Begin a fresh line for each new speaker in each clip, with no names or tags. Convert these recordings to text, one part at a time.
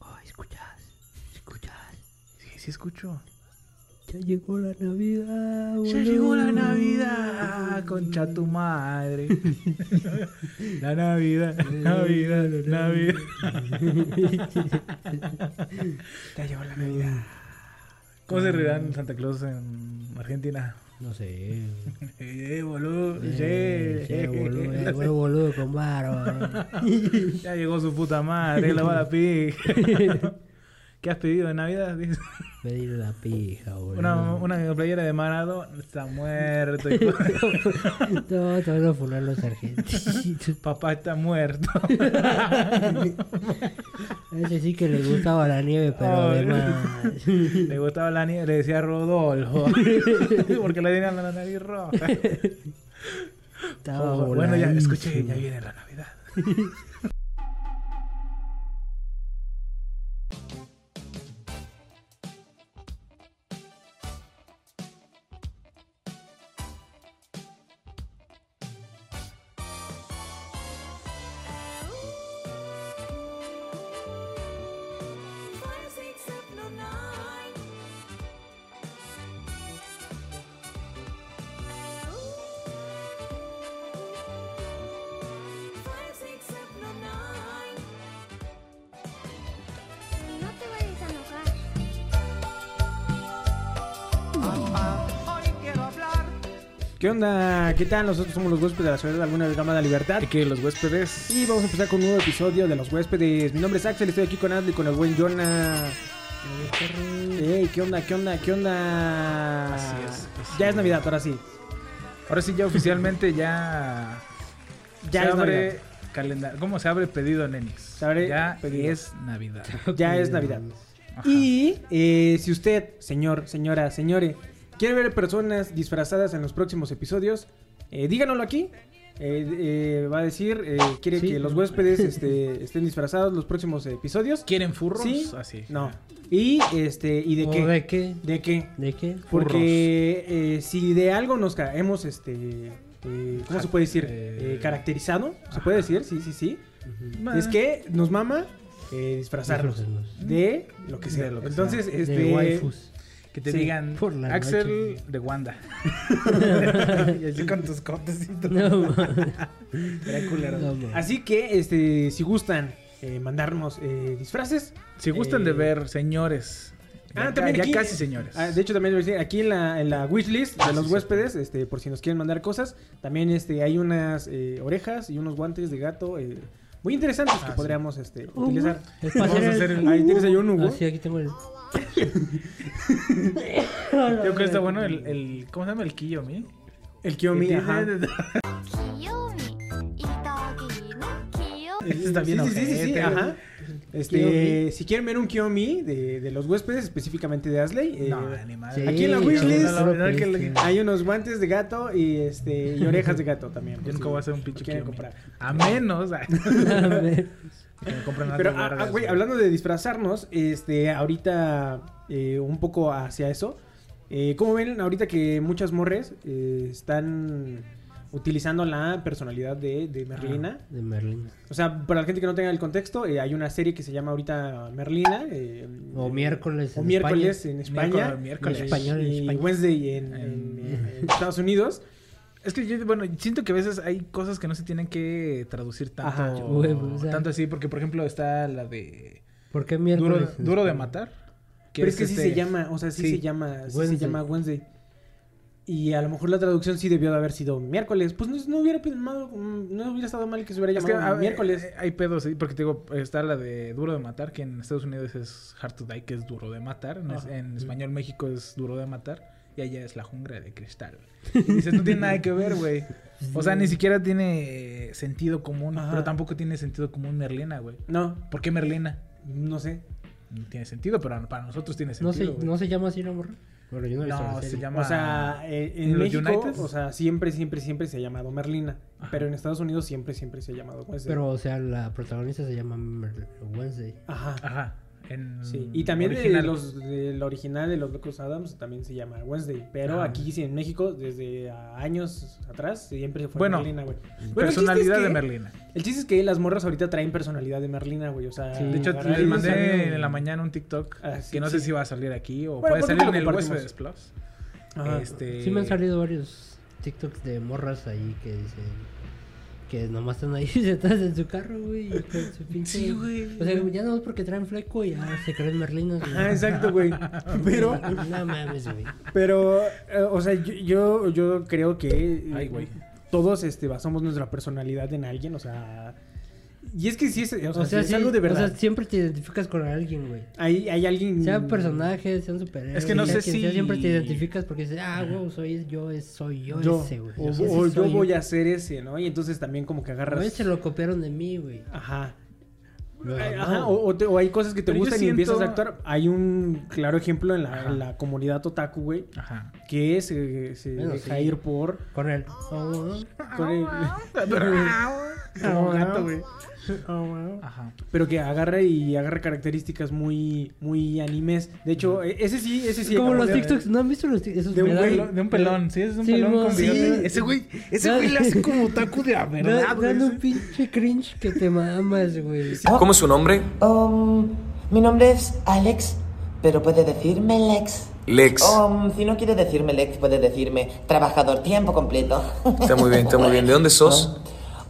Oh,
¿Escuchas? ¿Escuchas?
Sí, sí escucho.
Ya llegó la Navidad,
Ya
boludo.
llegó la Navidad, concha tu madre. la Navidad, Navidad, Navidad. ya llegó la Navidad. ¿Cómo se reirán Santa Claus en Argentina?
No sé.
Eh, boludo,
Eh,
ye.
che, boludo, eh, güey, boludo con barba. eh.
Ya llegó su puta madre, la va la pig. ¿Qué has pedido de Navidad? Dice.
Pedir la pija, boludo.
Una, una playera de Maradona está muerto. hijo de-
Todos van a funar los argentinos.
Papá está muerto.
A ese sí que le gustaba la nieve, pero
Ay.
de más.
Le gustaba la nieve, le decía Rodolfo. Porque le tenían la nariz roja.
Ah,
Estaba
bueno,
eh.
ya
voladísimo.
escuché, ya viene la Navidad.
Five, six, seven, or nine. Five, six, seven, or nine.
No te vayas a enojar.
¿Qué onda? ¿Qué tal? Nosotros somos los huéspedes de la ciudad de alguna gama de libertad.
Que los huéspedes.
Y vamos a empezar con un nuevo episodio de Los Huéspedes. Mi nombre es Axel, estoy aquí con Adley, con el buen Jonah. Ey, ¿qué onda? ¿Qué onda? ¿Qué onda?
Así es, así
ya es Navidad, ahora sí.
Ahora sí, ya oficialmente ya.
Ya
se
es
abre
Navidad.
calendario. ¿Cómo se abre pedido, nenis?
Se abre
ya
pedido.
es Navidad.
Ya es Navidad. Y eh, si usted, señor, señora, señore, quiere ver personas disfrazadas en los próximos episodios, eh, díganoslo aquí. Eh, eh, va a decir, eh, quiere
Sí.
que los huéspedes este, estén disfrazados los próximos episodios.
¿Quieren furros?
Sí,
Así.
No. Y este, ¿y de
¿O
qué?
¿De qué?
¿De qué?
¿De qué?
Porque eh, si de algo nos caemos, este, eh, ¿cómo se puede decir?
Eh,
Eh, caracterizado, se puede decir, sí, sí, sí.
Bah.
Es que nos mama eh, disfrazarnos
Disfrazarnos.
de lo que sea.
De lo que
Entonces,
sea.
este,
De waifus.
Que te
Sí,
digan
por la
Axel
noche.
de Wanda. y así con tus cotes y todo.
No,
Era culero.
no, no.
así que, este, si gustan eh, mandarnos eh, disfraces,
Si gustan de
Eh,
ver, señores.
Ah,
Ya-
también
ya
aquí-
casi señores.
Ah, de hecho, también les voy a decir, aquí en la, en la wishlist de
Ah, sí,
los
sí.
huéspedes, este, por si nos quieren mandar cosas, también este, hay unas eh, orejas y unos guantes de gato eh, muy interesantes
Ah,
que
sí.
podríamos este, utilizar.
Es
Vamos
para
a hacer
hacer
el-
el...
Ahí tienes ahí un Hugo.
Ah, sí, aquí tengo el...
Ah,
Yo creo que está bueno el, el. ¿Cómo se llama? El Kiyomi. Este,
El Kiyomi, ajá.
Kiyomi. Itagi no Kiyo.
Ese Este está bien
Sí, sí, sí, sí, sí,
ojete,
ajá.
güey.
Este,
Kiyomi.
si quieren ver un Kiyomi de, de los huéspedes, específicamente de Asley, eh,
No, ni madre.
Sí,
Aquí en la wishlist-
no, no, no,
Hay que elegir.
no.
hay unos guantes de gato y, este, y orejas de gato también.
Yo
por
nunca
si
voy a hacer un
lo
pinche
quieren
Kiyomi.
comprar.
A menos. ah, que me compren
Pero,
algo
ah, ah,
vergas,
güey, hablando de disfrazarnos, este, ahorita eh, un poco hacia eso. eh, ¿Cómo ven ahorita que muchas morres eh, están utilizando la personalidad de, de Merlina?
De Merlina.
O sea, para la gente que no tenga el contexto, eh, hay una serie que se llama ahorita Merlina. eh,
O
eh,
miércoles
O
en
miércoles
España.
en España.
Miércoles, miércoles.
y-
En español, en
y
español.
Wednesday en, en-
En-
en Estados Unidos.
Es que yo, bueno, siento que a veces hay cosas que no se tienen que traducir tanto.
Ajá,
huevo, o sea.
tanto así, porque por ejemplo está la de.
¿Por qué
Duro,
miércoles? Este, en
duro de
España?
matar.
Pero es que sí
este-
se llama, o sea, sí,
sí,
se llama, sí se
Wednesday.
llama Wednesday. Y a lo mejor la traducción sí debió de haber sido miércoles. Pues no, no hubiera pensado- no hubiera estado mal que se hubiera
Es que
llamado
a-
miércoles.
eh, hay pedos, sí, porque te digo, está la de duro de matar, que en Estados Unidos es hard to die, que es duro de matar. En, es-
Ajá.
en español México es duro de matar. Y allá es la jungla de cristal. güey. Y dices, no tiene nada que ver, güey. O sea, ni siquiera tiene eh, sentido común,
Ajá.
pero tampoco tiene sentido común Merlina, güey.
No,
¿Por qué Merlina?
no sé.
No tiene sentido, pero para nosotros tiene
¿No
sentido.
se,
güey.
¿No se llama así la morra? Bueno, yo no he visto
No,
la
se
serie.
llama.
O sea, eh, en,
¿En los
México,
United?
o sea, siempre, siempre, siempre se ha llamado Merlina.
Ajá.
Pero en Estados Unidos siempre, siempre se ha llamado Wednesday.
Pero, o sea, la protagonista se llama Merl- Wednesday.
Ajá.
Ajá. En
Sí, y también
Mm, original.
de los del original de los Locos Adams también se llama Wednesday, pero
Ah.
aquí sí en México desde ah, años atrás siempre fue
Bueno,
Merlina, güey. Bueno, el chiste es
Personalidad
que-
de Merlina.
El chiste es que las morras ahorita traen personalidad de Merlina, güey, o sea,
Sí.
De hecho,
agarrar
les
y
mandé
saber-
en la mañana un TikTok
Ah, sí,
que no
sí.
sé si va a salir aquí o
Bueno,
puede
¿por qué
salir
no
en
lo
el
compartimos?
Hueso Plus.
Ajá.
Este,
Sí me han salido varios TikToks de morras ahí que dicen que nomás están ahí sentadas en su carro, güey, y con su pinche...
Sí, güey.
O sea, ya no es porque traen fleco y ya se creen merlinos, güey.
Ajá, Ah, exacto, güey. Pero
No mames, güey.
pero eh, o sea, yo yo, yo creo que eh,
Ay, güey.
todos este basamos nuestra personalidad en alguien, o sea, y es que sí es, o sea,
O sea,
sí es
sí,
algo de
O
verdad.
sea, siempre te identificas con alguien, güey.
hay, hay alguien
Sean personajes, sean superhéroes.
Es que no
sea
sé
quien sea,
si-
siempre te identificas porque dices, ah, güey, soy yo, es- soy yo,
yo,
ese, güey.
o,
Ese
o yo
soy
voy a ser ese, ¿no? Y entonces también como que
A
agarras...
veces lo copiaron de mí, güey.
Ajá.
Lo
Ay,
agarraron.
Ajá, o, o te- o hay cosas que te
Pero yo
gustan y
siento-
empiezas a actuar. Hay un claro ejemplo en la,
Ajá.
en la comunidad otaku, güey,
Ajá.
que se, se
Bueno,
deja
sí.
ir por...
Con el... oh,
con el-
Como un gato, güey.
Ah,
Oh, wow.
Ajá.
Pero que agarra y agarra características muy, muy animes. De hecho, e- ese sí, ese sí.
Como
acabo
los
de-
TikToks, ¿no han visto los TikToks? Esos
De un
me dan-
güey,
De un pelón, sí, es un
Sí,
pelón
mo-
con
sí.
bigote. Ese güey, ese güey le hace como taco de la
Da-
verdad, güey.
Dando un pinche cringe que te mamas, güey.
Oh.
¿Cómo es su nombre?
Um, mi nombre es Alex, pero puede decirme Lex.
Lex.
Um, si no quiere decirme Lex, puede decirme trabajador tiempo completo.
Está muy bien, está muy bien. ¿De dónde sos?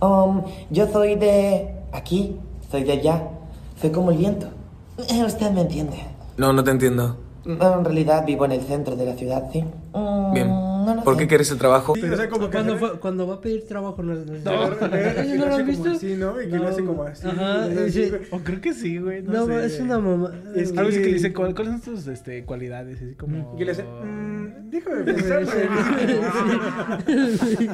Um, yo soy de aquí, soy de allá, soy como el viento. Usted me entiende.
No, no te entiendo.
No, en realidad vivo en el centro de la ciudad, ¿sí? Mm,
Bien.
no lo
¿Por qué
sé.
querés el trabajo?
Sí, o sea, como que
cuando,
agarra-
fue- cuando va a pedir trabajo, no, no,
No, no,
¿Ellos no lo han visto?
Sí, ¿no? Y que lo hace como así.
Ajá,
y lo hace así,
sí.
güey.
O creo que sí, güey. No,
No,
sé.
es una mamá.
Es
Algo
güey.
así que le dice, "¿Cuál- ¿cuáles son tus este, cualidades? Así como...
Y que le hace... mm, déjame pensar.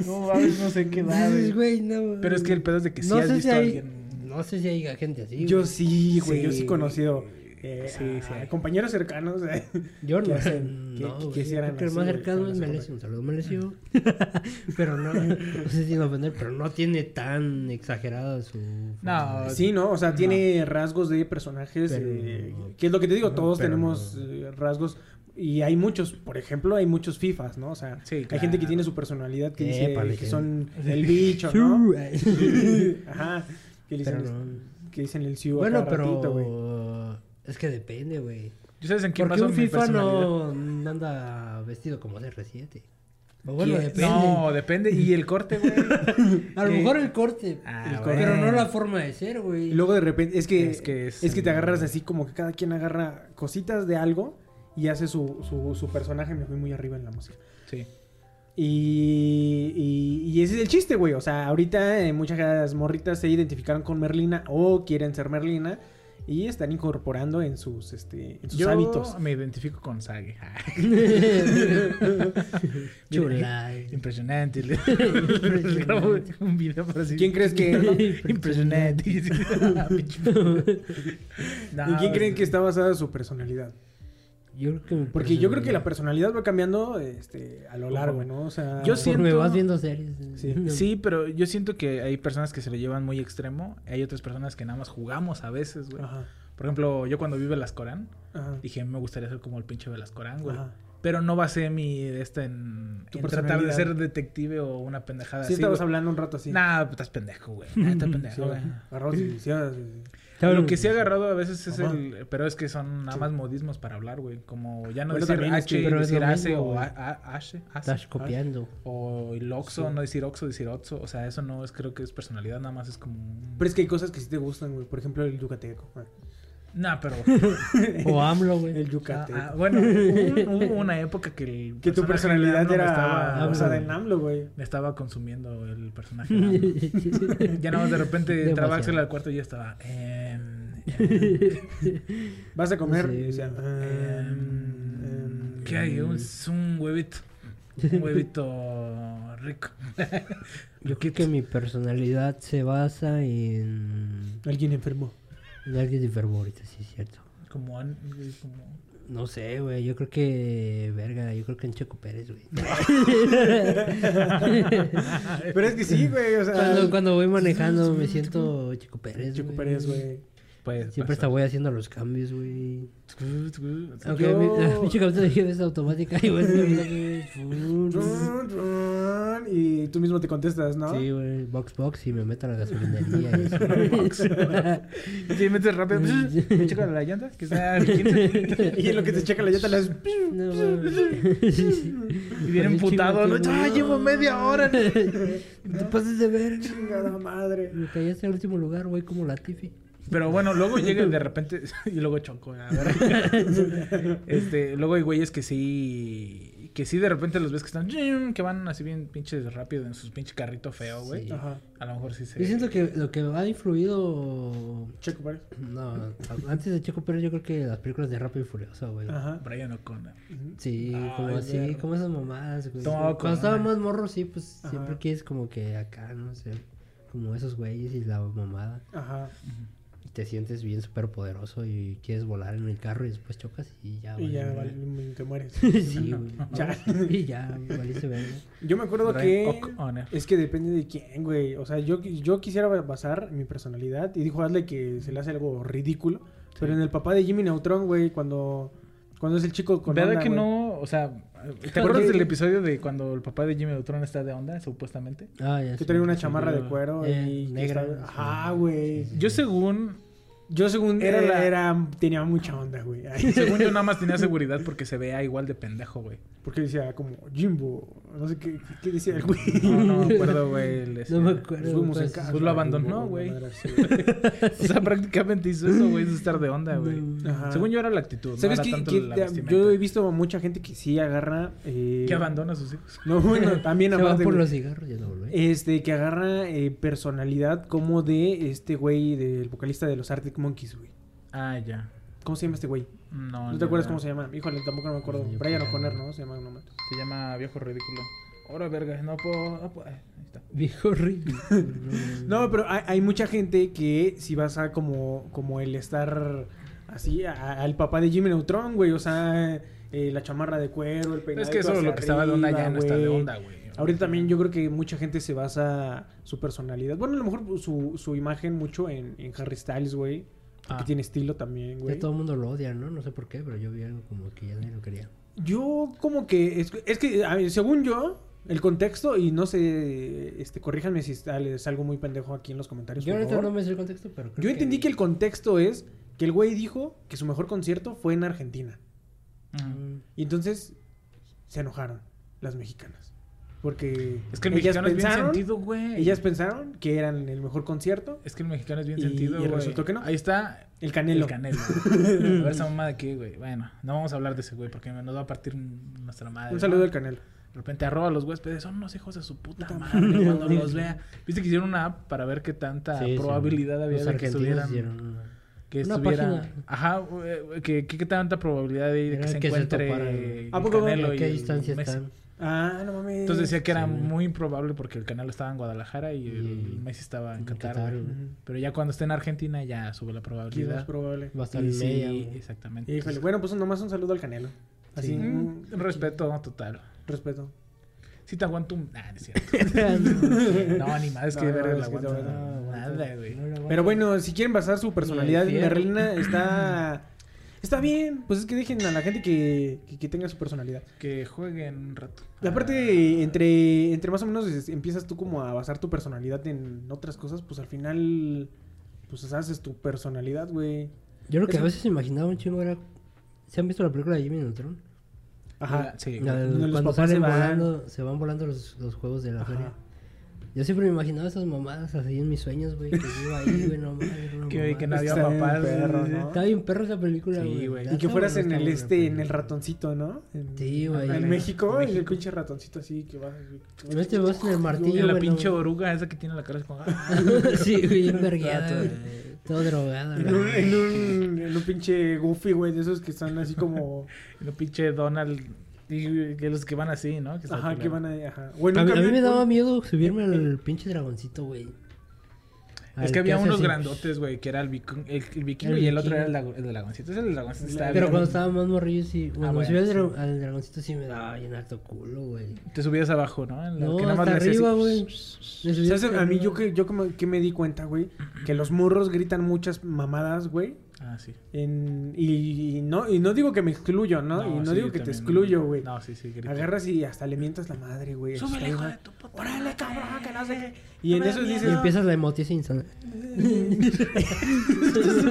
No, a veces no sé qué da,
Dices,
güey.
güey, no.
Pero es que el pedo es de que sí
no
has
sé
visto
si
a
hay,
alguien.
No sé si hay gente así.
Yo
güey.
sí, güey, yo sí
Sí.
he conocido eh,
Sí,
a-
sí.
a compañeros cercanos. eh.
Yo no.
¿Qué hacen? ¿Qué-
no,
qué
güey.
quisieran
Creo que el
así,
más
güey,
cercano
con
es
las
Melesio. Un saludo, Melesio. pero no. No sé si no ofender, pero no tiene tan exagerada su.
No,
Sí, ¿no? O sea, tiene rasgos de personajes.
Ah, Pero-
eh, que es lo que te digo, todos
pero
tenemos
no.
eh, rasgos. Y hay muchos, por ejemplo, hay muchos FIFAs, ¿no? O sea,
Sí,
hay
claro.
gente que tiene su personalidad que dice
Épale,
que
que-
son el bicho,
Sí,
¿no?
güey.
Ajá. Que dicen,
Pero no.
que dicen el Siu a
Bueno,
cada
pero.
ratito, güey.
es que depende, güey.
¿Yo sabes en quién
Porque
baso
un
mi
FIFA
personalidad?
no no anda vestido como CR7. O bueno,
¿Quién?
depende.
No, depende. Y el corte, güey.
a lo
eh,
mejor el corte.
ah,
el corte,
bueno.
Pero no la forma de ser, güey.
Y luego de repente, es que,
Es
es
que
que,
es
te
el-
agarras así como que cada quien agarra cositas de algo y hace su, su, su personaje. Me fui muy arriba en la música.
Sí.
Y, y- y ese es el chiste, güey. O sea, ahorita eh, muchas morritas se identificaron con Merlina o quieren ser Merlina y están incorporando en sus, este, en sus
Yo
hábitos.
me identifico con Sage. Ah,
Chula.
Impresionante. Le- le grabo un video para así.
¿Quién crees que.?
Impresionante. Ah,
¿En
No,
quién creen que está basada su personalidad?
Yo creo que mi
Porque yo creo que la
personalidad-
personalidad va cambiando este, a lo largo, ¿no? O sea,
Yo sí-
Conforme
siento-
vas viendo series. eh.
Sí.
No.
Sí, pero yo siento que hay personas que se lo llevan muy extremo. Hay otras personas que nada más jugamos a veces, güey.
Ajá,
Por ejemplo, yo cuando vi Velascorán,
ajá,
dije, me gustaría ser como el pinche Velascorán, güey.
ajá.
Pero no basé mi de esta en,
Tu
en tratar de
personalidad.
ser detective o una pendejada
Sí,
así.
estabas
güey.
hablando un rato así.
Nah, estás pendejo, güey. Nah, estás
Sí,
pendejo, güey.
agarrado, sí, sí, sí.
Claro.
Lo que sí he agarrado a veces es
Ajá.
el. Pero es que son nada más modismos para hablar, güey. Como ya no
Bueno,
decir
también es
H,
que-
pero es
decir
lo
ACE
mismo,
o
güey.
a- a- H.
Estás
ACE.
copiando.
Ah. O el Oxo,
Sí.
no decir Oxo, decir Otso. O sea, eso no es, creo que es personalidad, nada más es como. un-
Pero es que hay cosas que sí te gustan, güey. Por ejemplo, el yucateco. güey.
Nah, pero.
O AMLO,
El
güey.
Ah,
yucateco.
ah, bueno, un- hubo una época que el.
Que tu
personaje de
personalidad
AMLO me
era
Estaba,
AMLO.
basada en AMLO, güey.
me estaba consumiendo el personaje. de AMLO. Ya nada más de repente
Demasiado.
entraba Axel al cuarto y ya estaba. em, em,
Vas a comer.
Sí.
y decía, "Em,
em,
em,
¿Qué hay? Un, es un huevito. Un huevito rico.
Yo creo que mi personalidad se basa en.
Alguien enfermó.
en alguien de enfermo ahorita, sí, es cierto.
Como, an- como-
No sé, güey. Yo creo que. Verga, yo creo que en Checo Pérez, güey.
Pero es que sí, güey. O sea,
Cuando, cuando voy manejando me siento Checo Pérez.
Chico Pérez, güey.
Puede
Siempre esta
pasar.
güey haciendo los cambios, güey.
pues,
Aunque
Yo-
mi- la pinche cabeza de Jeff es automática y güey. se le mete,
Run, run, Y tú mismo te contestas, ¿no?
güey. Sí, güey, box box y me meto a la gasolinería. y eso.
Sí, metes rápido. pues, Me checo la llanta, que está
Y en lo que Ah, te checa la llanta le haces...
No, mames.
Y viene emputado. ¿no? ¡Ay, llevo media hora!
Te pases de ver.
Chingada madre.
Me callaste al último lugar, güey, como la Tiffy.
Pero bueno, luego llega de repente y luego chocó. la verdad. este, luego hay güeyes que sí que sí de repente los ves que están ¡chim! que van así bien pinches rápido en sus pinches carrito feo, güey.
Sí.
Ajá.
A lo mejor sí se
Yo siento que lo que ha influido.
Checo, Pérez.
No, antes de Checo Pérez, yo creo que las películas de Rápido y Furioso, güey.
Ajá.
Brian O'Connor.
Sí,
Ah,
Ay,
como así,
verga.
como esas mamadas, güey. Cuando
Tomaba con-
estaba más morro, sí, pues
Ajá.
siempre quieres como que acá, no sé, como esos güeyes y la mamada.
Ajá.
Y te sientes bien súper poderoso y quieres volar en el carro y después chocas y ya,
Y ya,
verga.
Ah, vale, te mueres.
sí, güey.
Ya.
Y ya, valiste verga.
Yo me acuerdo
Brian
que...
O'Connor.
Es que depende de quién, güey. O sea, yo, yo quisiera basar mi personalidad y dijo hazle que se le hace algo ridículo. Pero en el papá de Jimmy Neutron, güey, cuando, cuando es el chico con
¿Verdad
onda,
que
güey.
no? O sea, ¿te
Porque-
acuerdas del episodio de cuando el papá de Jimmy Neutron está de onda, supuestamente?
Ah, ya
Que
sé.
trae una chamarra de
yo-
cuero
eh,
y... que
negra,
está-
sí.
Ajá, güey.
Yo según
Yo según
Era
era,
la-
era- tenía mucha onda, güey. Ay,
según yo nada más tenía seguridad porque se vea igual de pendejo, güey.
Porque decía como Jimbo, no sé qué, qué decía el güey.
No, no me acuerdo, güey. el- este,
No me acuerdo.
Nos fuimos en
pues,
carro,
Pues lo abandonó, güey. Pues
Madre, sí, güey.
O sea, prácticamente hizo eso, güey, es estar de onda, güey.
no.
Ajá.
Según yo era la actitud, no
¿Sabes
era
qué?
tanto
qué-
la
te-
vestimenta.
yo he visto a mucha gente que sí agarra. eh,
Que abandona a sus hijos.
No, bueno, también
Se van
aparte.
por
güey.
los cigarros, ya no volví.
Este, que agarra eh, personalidad como de este güey, del vocalista de los Arctic Monkeys, güey.
Ah, ya.
¿Cómo se llama este güey?
No,
¿No te acuerdas cómo se llama? Híjole, tampoco no me acuerdo.
Yo creo
Brian
que-
O'Connor, ¿no? Se llama nomás.
llama? Se llama Viejo Ridículo. Ahora, verga, no puedo... no puedo- Ahí está.
Viejo ridículo.
No, pero hay, hay mucha gente que si vas a como, como el estar así a- al papá de Jimmy Neutron, güey. O sea, eh, la chamarra de cuero, el peinado.
Es que eso lo que estaba de onda ya no está de onda, güey.
Ahorita también yo creo que mucha gente se basa su personalidad. Bueno, a lo mejor su, su imagen mucho en, en Harry Styles, güey.
Ah.
Que tiene estilo también, güey.
Ya todo el mundo lo odia, ¿no? No sé por qué, pero yo vi algo como que ya nadie lo quería.
Yo como que... Es, es que, a ver, según yo, el contexto, y no sé, este, corríjanme si está- es algo muy pendejo aquí en los comentarios.
Yo
por
ahorita
favor.
no me sé el contexto, pero creo
Yo entendí que el contexto es que el güey dijo que su mejor concierto fue en Argentina.
Ujú.
Mm,
Y entonces se enojaron las mexicanas. Porque
Es que el
ellas
mexicano es bien
pensaron-
sentido, güey.
Ellas pensaron que eran el mejor concierto.
Es que el mexicano es bien
Y-
sentido,
y
güey.
resultó que no.
Ahí está
El Canelo.
el Canelo. güey. A ver esa mamá de qué, güey. Bueno, no vamos a hablar de ese güey porque nos va a partir un- nuestra madre.
Un saludo
¿no?
al Canelo.
De repente arroba a los huéspedes, son unos hijos de su puta madre cuando los vea. Viste que hicieron una app para ver qué tanta
sí, sí.
probabilidad había
Los
de que
argentinos
estuvieran.
hicieron una-
Que
una
estuviera.
página.
Ajá, eh, que, que, qué tanta probabilidad hay de
Era
que se
que se
encuentre.
toparan.
el
¿A poco?
Canelo
¿A
y
qué
el
distancia
Messi?
están?
Ah, no mames.
Entonces decía que era
Sí.
muy improbable porque el canal estaba en Guadalajara y el
Y-
Messi estaba en
en
Qatar.
Qatar,
güey.
güey.
Ujú.
Pero ya cuando esté en Argentina ya sube la
Aquí es
probabilidad.
más probable.
Va a estar
Y
en
sí,
media, güey.
exactamente.
Híjole, bueno, pues nomás un saludo al Canelo. Así,
Sí.
un
Mm, respeto total.
respeto.
Si te aguanto un... Nah, no es cierto. No, ni más, es que
No,
de
no,
verga
es
la
que te
aguanto.
aguanta.
No, Nada, güey.
Pero bueno, si quieren basar su personalidad en
fiel.
Merlina, está... Está bien, pues es que dejen a la gente que- que- que tenga su personalidad.
Que jueguen un rato. Ah,
Y aparte, entre, entre más o menos es- empiezas tú como a basar tu personalidad en otras cosas, pues al final, pues haces tu personalidad, güey.
Yo lo que
Es-
a veces imaginaba un chingo era. ¿Se han visto la película de Jimmy Neutron?
Ajá.
Ajá. Sí.
La de-
Donde los
Cuando
papás
salen
se van.
volando, se van volando los, los juegos de la
Ajá.
feria. Yo siempre me imaginaba esas mamadas así en mis sueños, güey. Que yo iba ahí, güey, no mames, era una
Que, que
mamada.
no había
Está bien
papás.
perro,
sí, sí.
¿no?
Está bien perro esa película,
Sí,
güey.
güey.
Está-
Y que
está
fueras en
buena,
el
está buena
este, en el
película.
ratoncito, ¿no? En-
Sí, güey.
En
En
México, en el
México.
pinche ratoncito así que va.
En este vas en el martillo,
En la
güey, no
pinche
mames.
oruga esa que tiene la cara así como... ah.
sí, güey, bien
Todo,
vergueado.
eh,
Todo drogado.
En un, en un, en un pinche goofy, güey, de esos que están así como.
La pinche Donald... Y que los que van así, ¿no? está
ajá, que
culero.
van a. Ajá. Bueno,
A mí, a mí me daba miedo subirme al pinche dragoncito, güey.
Es
al
que había
hace
unos
así.
grandotes, güey, que era el, vicun- el, el vikingo
El
y el otro
vikingo.
era el, drago- el dragoncito. Ese el dragoncito estaba
Pero
bien-
cuando estaba más morrillo, sí. Bueno,
Ah, bueno,
si veía al
sí.
dra- al dragoncito, sí me daba bien alto culo, güey.
Te subías abajo, ¿no? En la
No,
que nada más
hasta
le hacías
arriba,
así.
güey. Le subí
¿Sabes?
hasta
A mí
arriba.
yo que, yo como que me di cuenta, güey, que los morros gritan muchas mamadas, güey.
Ah, sí.
en- y, y no, y no digo que me excluyo, ¿no? y no
sí,
digo
yo
que te
también.
excluyo, güey.
No, sí, sí. grito.
Agarras y hasta le mientas la madre, güey.
Súbele, hijo de
Órale,
tu puta. Órale,
cabrón, que no sé qué. Y en eso
Y
dices...
empiezas la emotiza insana.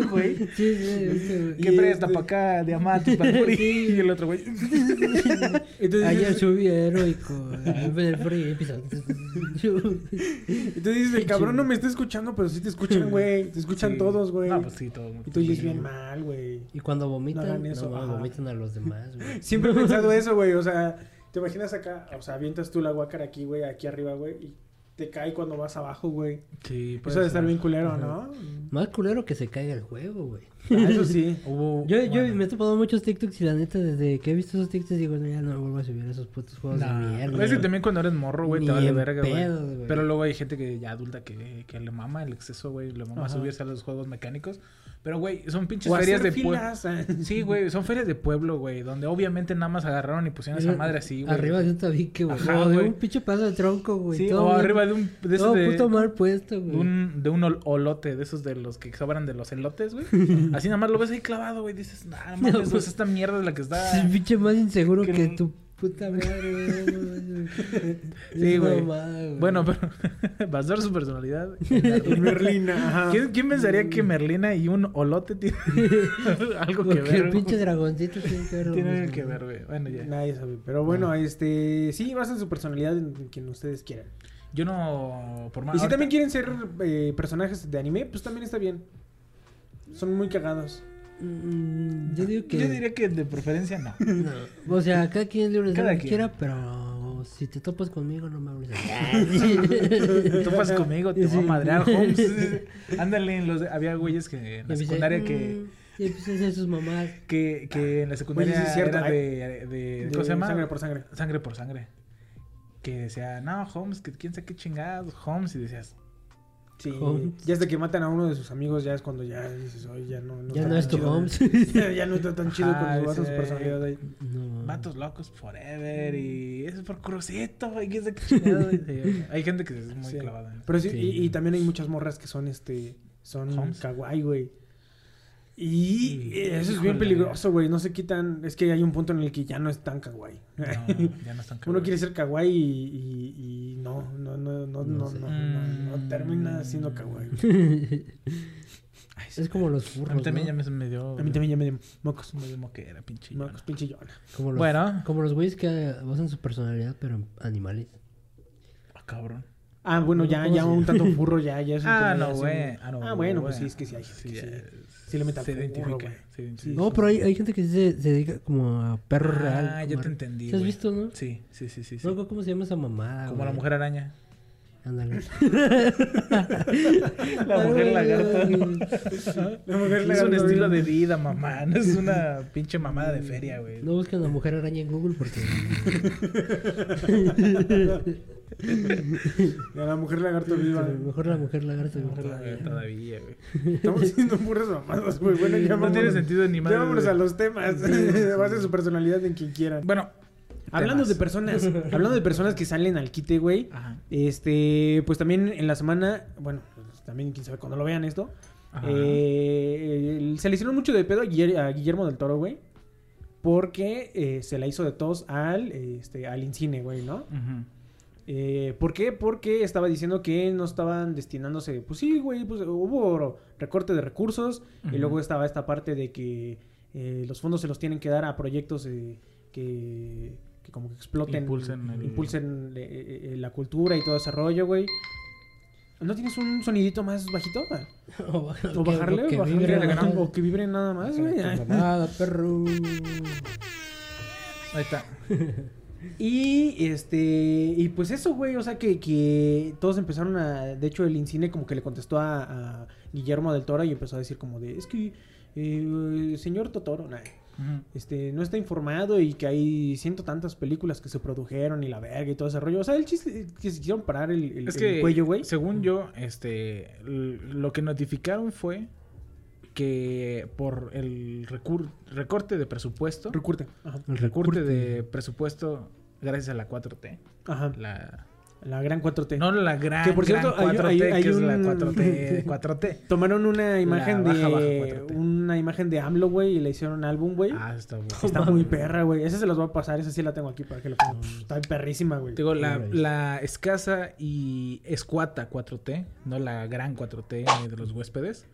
güey.
Sí, sí, viste, güey.
¿Qué
Y
presta
este-
para acá? Diamantes, para el Y el otro, güey.
Entonces,
Ayer
dices-
subí a heroico. En el frío empieza.
entonces dices, el cabrón no me está escuchando, pero sí te escuchan, güey. Te escuchan
Sí.
todos, güey.
No, pues sí, todo.
Y tú dices bien mal, güey.
Y cuando
No
vomitan,
hagan eso,
no,
ajá.
vomitan a los demás, güey.
Siempre he pensado eso, güey. O sea, te imaginas acá, o sea, avientas tú la guácara aquí, güey, aquí arriba, güey, y te cae cuando vas abajo, güey.
Sí,
Eso de estar bien culero,
Ajá.
¿no?
Más culero que se caiga el juego, güey.
Ah, eso sí.
Hubo.
Yo, yo
bueno.
me he topado muchos TikToks y la neta, desde que he visto esos TikToks, digo, no, ya no vuelvo a subir esos putos juegos de
Nah,
mierda.
pero es que también cuando eres morro, güey, te
Ni
vale
en
verga,
pedos,
güey.
güey.
Pero luego hay gente que ya adulta que, que le mama el exceso, güey. Le mama
Ajá.
subirse a los juegos mecánicos. Pero, güey, son pinches
O
ferias
hacer
de pueblo.
filas, ah.
Sí, güey, son ferias de pueblo, güey. Donde obviamente nada más agarraron y pusieron esa
Era
madre así, güey.
Arriba de un tabique, güey.
Ajá,
o de
güey.
un pinche paso de tronco, güey.
Sí,
Todo
o
bien-
arriba de un. De esos
Todo
de-
puto mal puesto,
de
güey.
un, de un ol- olote, de esos de los que sobran de los elotes, güey. Así nada más lo ves ahí clavado, güey. Dices, nah, mames,
No,
pues,
pues.
esta mierda es la que está.
Es el pinche más inseguro
que
que,
no-
tu puta madre, güey. no mames, güey.
Sí,
Es
güey.
mamada, güey.
Bueno, pero basar su personalidad.
En Merlina, ajá.
¿Quién, quién pensaría
Mm.
que Merlina y un olote tienen algo que
Porque
ver?
el
güey?
pinche dragoncito tiene que ver lo
Tiene algo
mismo,
que
güey.
ver, güey. Bueno, ya.
Nadie sabe. Pero bueno,
Ah.
este. Sí, basen su personalidad en quien ustedes quieran.
Yo no. Por más.
Y si también quieren ser eh, personajes de anime, pues también está bien. Son muy cagados.
Mm, yo digo que.
Yo diría que de preferencia no.
no. O sea, cada quien es libre de hacer
Cada
lo que
quien.
quiera, pero si te topas conmigo, no me hables.
Te topas conmigo, te
Sí.
voy a madrear, Holmes. Ándale, en los de- había güeyes que en la secundaria que.
"Mm", Y empieza a hacer sus mamás.
Que, que en la secundaria
"Mm". Oye, sí es cierto,
era
ay.
de, de- ¿Cómo
De
se llama?
Sangre por sangre.
Sangre por sangre. Que decía, no, Holmes, que quién sabe qué chingados, Holmes. Y decías,
Sí.
Holmes.
Ya hasta que matan a uno de sus amigos, ya es cuando ya dices, oye, ya no.
Ya
está
no
tan
es tu
chido".
Holmes.
ya no está tan chido
Ajá,
con su,
sí.
su personalidad ahí.
No.
vatos locos forever. Y eso es por crucito, y quién sabe qué chingados. y sí, Hay gente que es muy
Sí.
clavada. ¿eh? en eso.
Pero sí,
Sí.
Y, y también hay muchas morras que son este. Son
Homes.
kawaii, güey. Y
Sí.
eso es bien
Híjole.
peligroso, güey. No se quitan. Es que hay un punto en el que ya no es tan kawaii.
No, ya no están
Uno
clavos.
quiere ser kawaii y, y- y no, no, no, no, no, no,
sé.
no, no,
Mm.
termina siendo kawaii.
es como los furros.
A mí también
¿no?
ya me, me dio.
A mí también ya me dio mocos,
Me dio moquera, pinche.
mocos, pinche llona.
Como los,
Bueno.
Como los güeyes que basan su personalidad, pero en animales.
Ah, cabrón.
Ah, bueno, ya,
¿Cómo
ya
se-
un tanto burro ya, ya es un tema
Ah,
ya
no,
así.
güey. Ah, no,
Ah, bueno,
güey.
pues sí, es que sí hay gente que sí.
eh,
sí le mete al
Se
burro,
identifica.
güey.
Se identifica.
No, pero hay, hay gente que sí se, se dedica como a perro real.
Ah,
como
ya
a-
te entendí.
¿Sí has
güey.
visto, no?
Sí, sí, sí, sí. sí.
No recuerdo cómo se llama esa mamada.
Como la
güey.
mujer araña.
Ándale.
La mujer lagarta.
La mujer
Es un
lagarto,
estilo de
güey.
vida, mamá. No es una pinche mamada de feria, güey.
No busquen la mujer araña en Google porque.
A la mujer lagarto viva.
Este, mejor la mujer lagarta. güey.
Todavía, güey.
Estamos haciendo burras mamadas, güey. Bueno, ya
No tiene
vámonos.
sentido ni madre.
Ya vámonos
güey.
a los temas. Base su personalidad en quien quieran.
Bueno.
Hablando
temas.
de personas, hablando de personas que salen al quite, güey.
Ajá.
Este, pues también en la semana, bueno, pues también quién sabe cuando lo vean esto.
Ajá.
eh, el- se le hicieron mucho de pedo a Guiller- a Guillermo del Toro, güey. Porque eh, se la hizo de todos al, este, al incine, güey, ¿no?
Ujú.
Eh, ¿Por qué? Porque estaba diciendo que no estaban destinándose. Pues sí, güey, pues hubo recorte de recursos.
Ujú.
Y luego estaba esta parte de que eh, los fondos se los tienen que dar a proyectos eh, que, que como que exploten.
Impulsen el-
impulsen, eh, eh, eh, la cultura y todo ese rollo, güey. ¿No tienes un sonidito más bajito?
O,
¿O
que-
bajarle?
que
o bajarle,
vibre,
ajá,
¿no?
o que vibre nada más, güey.
Tu Mamada, perro.
Ahí está.
Y este. Y pues eso, güey. O sea que, que todos empezaron a. De hecho, el Incine como que le contestó a, a Guillermo del Toro y empezó a decir como de. Es que. eh, señor Totoro, nah,
Ujú.
este, no está informado y que hay ciento tantas películas que se produjeron y la verga y todo ese rollo. O sea, el chiste es que se quisieron parar el, el-
Es
el
que,
cuello, güey.
según yo, este, l- lo que notificaron fue que por el recur- recorte de presupuesto,
Recurte. Ajá.
El
recorte de presupuesto gracias a la 4T,
Ajá.
la,
La gran 4T.
no la gran,
Que, por
gran
cierto, hay-
4T,
hay-
que
hay
es la
un-
4T, 4T.
Tomaron una imagen
baja,
de
baja 4T.
una imagen de AMLO, güey, y le hicieron álbum, güey.
Ah, está bueno.
Está muy perra, güey. Esa se las voy a pasar, esa sí la tengo aquí para que lo pongan. Pff, Está perrísima, güey.
Mm. Digo, la,
Ahí.
la escasa y escuata 4T, no la gran 4T ni de los huéspedes,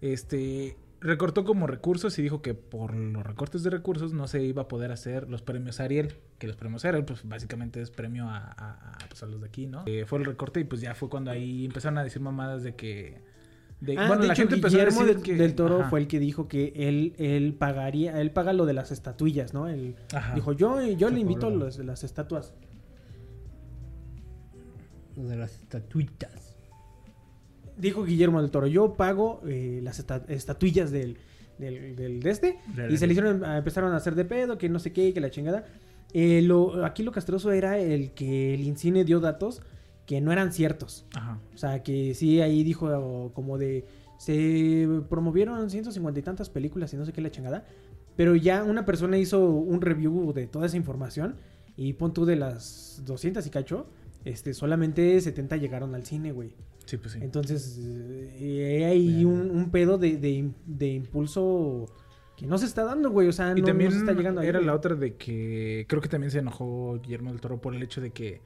este recortó como recursos y dijo que por los recortes de recursos no se iba a poder hacer los premios Ariel, que los premios Ariel pues básicamente es premio a, a- a, pues, a los de aquí, ¿no? Eh, fue el recorte y pues ya fue cuando ahí empezaron a decir mamadas de que... de-
Ah, de hecho,
a
Guillermo
decir
del, del Toro
ajá,
fue el que dijo que él, él pagaría, él paga lo de las estatuillas, ¿no? Él
ajá.
dijo, yo, yo le invito
cobra.
las, las estatuas.
De las estatuitas.
Dijo Guillermo del Toro, yo pago eh, las esta- estatuillas del, del, del- de este.
Del-
y se le hicieron, ah, empezaron a hacer de pedo, que no sé qué, que la chingada. Eh, lo, aquí lo castroso era el que el Incine dio datos que no eran ciertos.
Ajá.
O sea, que sí, ahí dijo como de. Se promovieron 150 y tantas películas y no sé qué la chingada. Pero ya una persona hizo un review de toda esa información. Y pon tú de las 200 y cacho. Este, solamente 70 llegaron al cine, güey.
Sí, pues sí.
Entonces, eh, hay un, un pedo de, de- de impulso que no se está dando, güey. O sea, no,
Y
no
también
se está llegando ahí,
era
güey.
la otra de que creo que también se enojó Guillermo del Toro por el hecho de que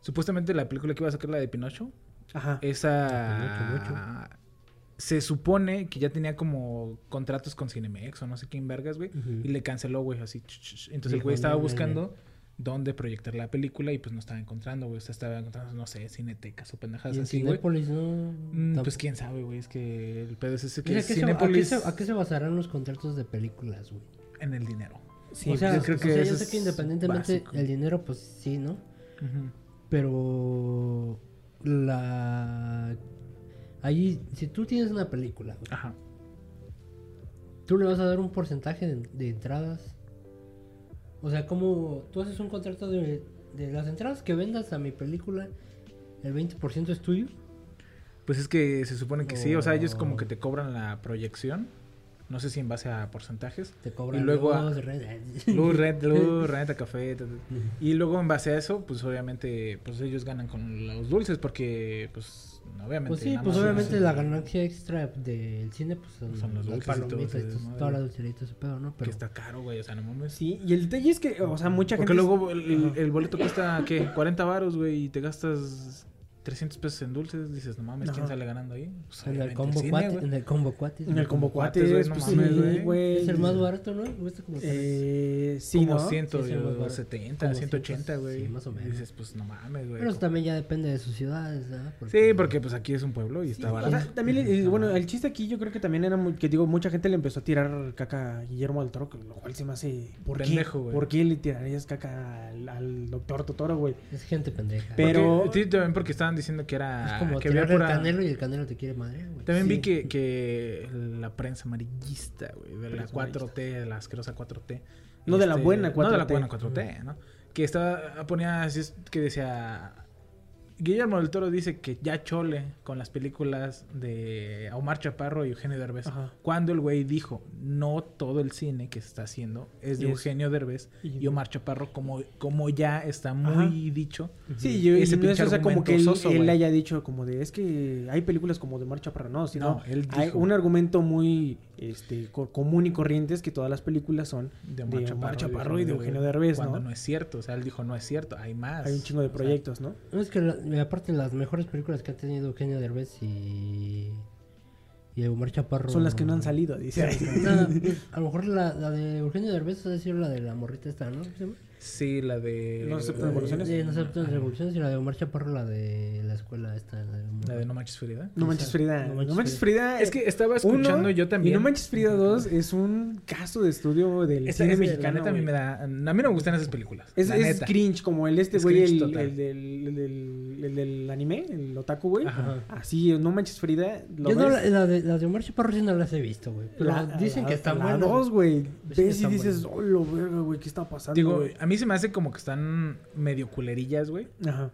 supuestamente la película que iba a sacar la de Pinocho,
Ajá.
eh,
Ah, Pinocho,
esa se supone que ya tenía como contratos con Cinemex o no sé quién vergas, güey,
Ujú.
y le canceló, güey, así. ch, ch, ch. Entonces el
Dijo,
güey estaba
"No, no,
buscando dónde proyectar la película y pues no estaba encontrando, güey, o sea, estaba encontrando no sé, cinetecas o pendejadas
Y en
Ah, así, güey.
Cinépolis no.
Mm,
tampoco.
Pues quién sabe, güey, es que el pedo es ese que
Mira, ¿a qué se- a, qué
Cinépolis
se, a qué se basarán los contratos de películas, güey?
en el dinero.
Sí,
o sea,
pues,
yo creo
o
que
sea,
eso
yo sé que
es
independientemente
básico.
el dinero, pues sí, ¿no?
Ujú.
Pero la ahí si tú tienes una película, güey,
Ajá.
tú le vas a dar un porcentaje de, de entradas. O sea, como tú haces un contrato de, de las entradas que vendas a mi película, el 20% es tuyo.
Pues es que se supone que sí, o sea, ellos como
Oh.
que te cobran la proyección, no sé si en base a porcentajes,
Te cobran
Y luego a-
luz, red-
luz, red, luz, renta, café, ta, ta. y luego en base a eso, pues obviamente, pues ellos ganan con los dulces porque, pues, obviamente.
Pues sí,
nada
pues
más
obviamente
es-
la ganancia extra del cine pues son,
Son los
las
dulces y todo
palomitas,
ese
y
desmadre.
toda la dulcería y todo ese pedo, ¿no?
Que
Pero
está caro, güey, o sea, no mames.
sí, y el detalle es que, o sea, mucha
Porque
gente.
luego el, el-
Ajá.
el boleto cuesta, ¿qué? 40 varos, güey, y te gastas 300 pesos en dulces, dices, no mames, ¿quién
Ajá.
sale ganando ahí? Pues,
en, el
obviamente
combo
cine,
cuate,
güey.
en el combo cuates,
En
¿no?
el combo
Combates,
cuates,
güey, no
pues,
mames,
sí,
güey.
güey.
Es el más barato, ¿no? Cuesta como
Eh, sí,
como
¿no?
100,
Sí, sí, más barato.
70,
Como
180,
100,
güey.
sí, más o
Y
menos.
Dices, pues no mames, güey.
Pero eso también ya depende de sus ciudades, ¿verdad?
Sí, porque pues aquí es un pueblo y está
O
barato.
sea, también, eh, bueno, el chiste aquí yo creo que también era muy- que digo, mucha gente le empezó a tirar caca a Guillermo del Toro, que- lo cual se me hace. ¿Por qué?
Pendejo, güey.
¿Por qué le tirarías caca al, al doctor Totoro, güey?
Es gente pendeja.
Pero-
Sí, también porque estaban diciendo que
es
Ah,
era...
como
que
tirarle
pura-
el canelo y el canelo te quiere madre, güey.
También vi
Sí.
que, que la prensa amarillista, güey, de la
Prensa
4T, de la asquerosa 4T.
No, de la buena
No, de la
4T.
buena 4T, ¿no? Que estaba, ponía, así es- que decía... Guillermo del Toro dice que ya chole con las películas de Omar Chaparro y Eugenio Derbez.
Ajá.
Cuando el güey dijo, no todo el cine que se está haciendo es de
Y es-
Eugenio Derbez
y-
y Omar Chaparro, como, como ya está muy
Ajá.
dicho.
Sí, yo
Ese
y no es,
pinche
o sea, como
argumento
que él,
soso,
él
güey.
haya dicho como de, es que hay películas como de marcha para no, sino
No, él
hay
dijo.
un argumento muy este co- común y corriente es que todas las películas son de Omar, Chaparro y de Eugenio Derbez,
Cuando
¿no?
no es cierto, o sea, él dijo, no es cierto, hay más.
Hay un chingo de
O sea,
proyectos, ¿no?
No, es que la- aparte las mejores películas que ha tenido Eugenio Derbez y... Y Omar Chaparro...
Son las que no han salido, dice.
Nada, a lo mejor la, la de Eugenio Derbez, es decir, la de la morrita esta, ¿no? ¿Se llama?
sí, la de...
No aceptan devoluciones.
De No se aceptan revoluciones y la de Omar Chaparro, la de la escuela esta. La de,
La de No Manches Frida.
No manches Frida.
No
No
manches
manches, Frida.
Es que estaba escuchando
Ah, uno,
yo también.
Y No Manches Frida 2 es un caso de estudio del
Esa-
cine
esa-
mexicano.
La neta a mí
güey.
me da... A mí no me gustan esas películas.
Es,
la
es
neta.
cringe, como el este
Es
güey,
cringe
el,
total.
el del el del el del anime, el otaku, güey. Ah,
Ajá.
Así, no manches Frida. ¿lo
Yo no, la,
ves?
la de, la de Omar Chaparro sí no las he visto, güey. Pero
La-
dicen
la-
que están
la
buenas.
dos, güey.
que
Ves y
están
dices, oh, lo verga, güey, ¿qué está pasando?
Digo,
güey?"
a mí se me hace como que están medio culerillas, güey.
Ajá.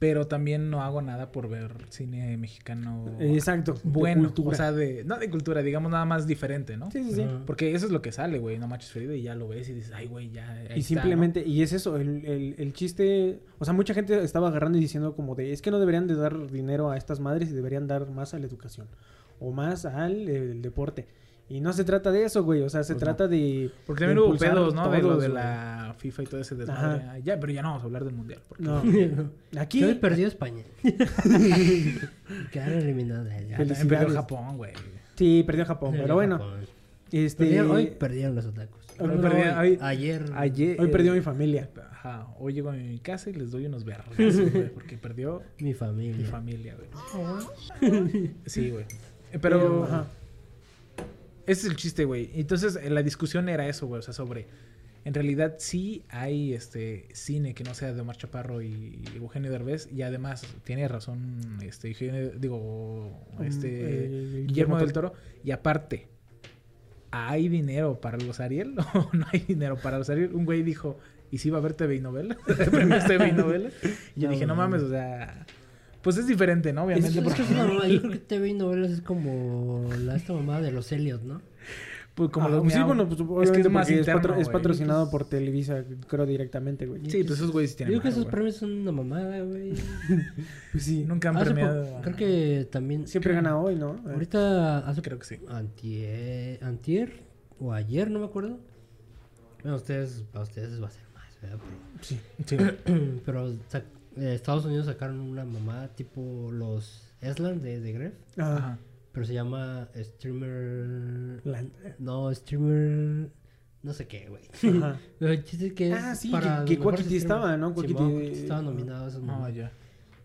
Pero también no hago nada por ver cine mexicano
Exacto. de
bueno.
cultura.
O sea, de, no de cultura, digamos nada más diferente, ¿no?
sí, sí, sí.
Ajá.
Porque eso es lo que sale, güey. No manches Frida y ya lo ves y dices, ay, güey, ya. ahí
Y
está, ¿no?
simplemente, y es eso, el, el- el chiste, o sea, mucha gente estaba agarrando y diciendo como de, es que no deberían de dar dinero a estas madres y deberían dar más a la educación o más al eh, el deporte. Y no se trata de eso, güey, o sea, se
Pues no.
trata de...
Porque
de
también hubo
impulsar
pedos, ¿no? de lo
todos,
de
güey.
la FIFA y todo ese desmadre.
Ajá.
Ay, Ya, pero ya no vamos a hablar del mundial. porque-
No, aquí...
Yo he perdido España. Quedaron eliminados.
Ya,
Ya,
también perdió
Felicidades. Mm.
Japón, güey.
Sí, perdió Japón, pero bueno,
Japón.
este...
Perdieron- hoy perdieron los atacos.
Hoy
Hoy
no,
perdí-
hoy-
hoy-
Ayer.
ayer-
eh, hoy perdió mi familia.
Ajá. Hoy llego a mi casa y les doy unos vergas, güey. Porque perdió
Mi
mi
familia.
familia, güey. Sí, güey. Eh, Pero.
Oh. Ajá.
Ese es el chiste, güey. Entonces, eh, la discusión era eso, güey. O sea, sobre. En realidad, sí hay este cine que no sea de Omar Chaparro y Eugenio Derbez. Y además, tiene razón, este, Eugenio- digo, este,
eh,
Guillermo,
Guillermo
del Toro. Y aparte, ¿hay dinero para los Ariel o no hay dinero para los Ariel? Un güey dijo, ¿y si va a haber TV y novela? ¿Premios TV y novela? Y yo
No
dije, no mames,
mames.
o sea, pues es diferente, ¿no?
Es,
Obviamente.
es que
porque-
es una mamada. Yo creo que TV y novelas es como la, esta mamada de los Helios, ¿no?
Pues como
Ah,
los
pues sí,
miau.
bueno, pues
es que es
obviamente porque
más
es,
interno,
patro- es
güey.
patrocinado por Televisa, creo directamente, güey.
Sí, pues esos güeyes sí
Yo
tienen.
creo que
varo,
esos
güey.
premios son una mamada, güey.
Pues sí,
Nunca han
Hace po-
premiado.
Creo que también.
siempre gana hoy, ¿no? Eh,
Ahorita hace
Creo que sí.
Antier, antier o ayer, no me acuerdo. Bueno, ustedes, a ustedes va a ser más, ¿verdad?
sí.
Sí.
Pero, pero sa- eh, Estados Unidos sacaron una mamada tipo los Esland de, de Gref,
Ajá.
Ajá.
pero se llama Streamer.
La-
No, Streamer. No sé qué, güey.
Ajá.
Pero el chiste es que.
Ah,
es
sí,
para
que- que
los mejores
Quackity estaba,
streamers.
¿no? Quackity-
Simón, Quackity estaba nominado a esos
No,
mamadas
ya.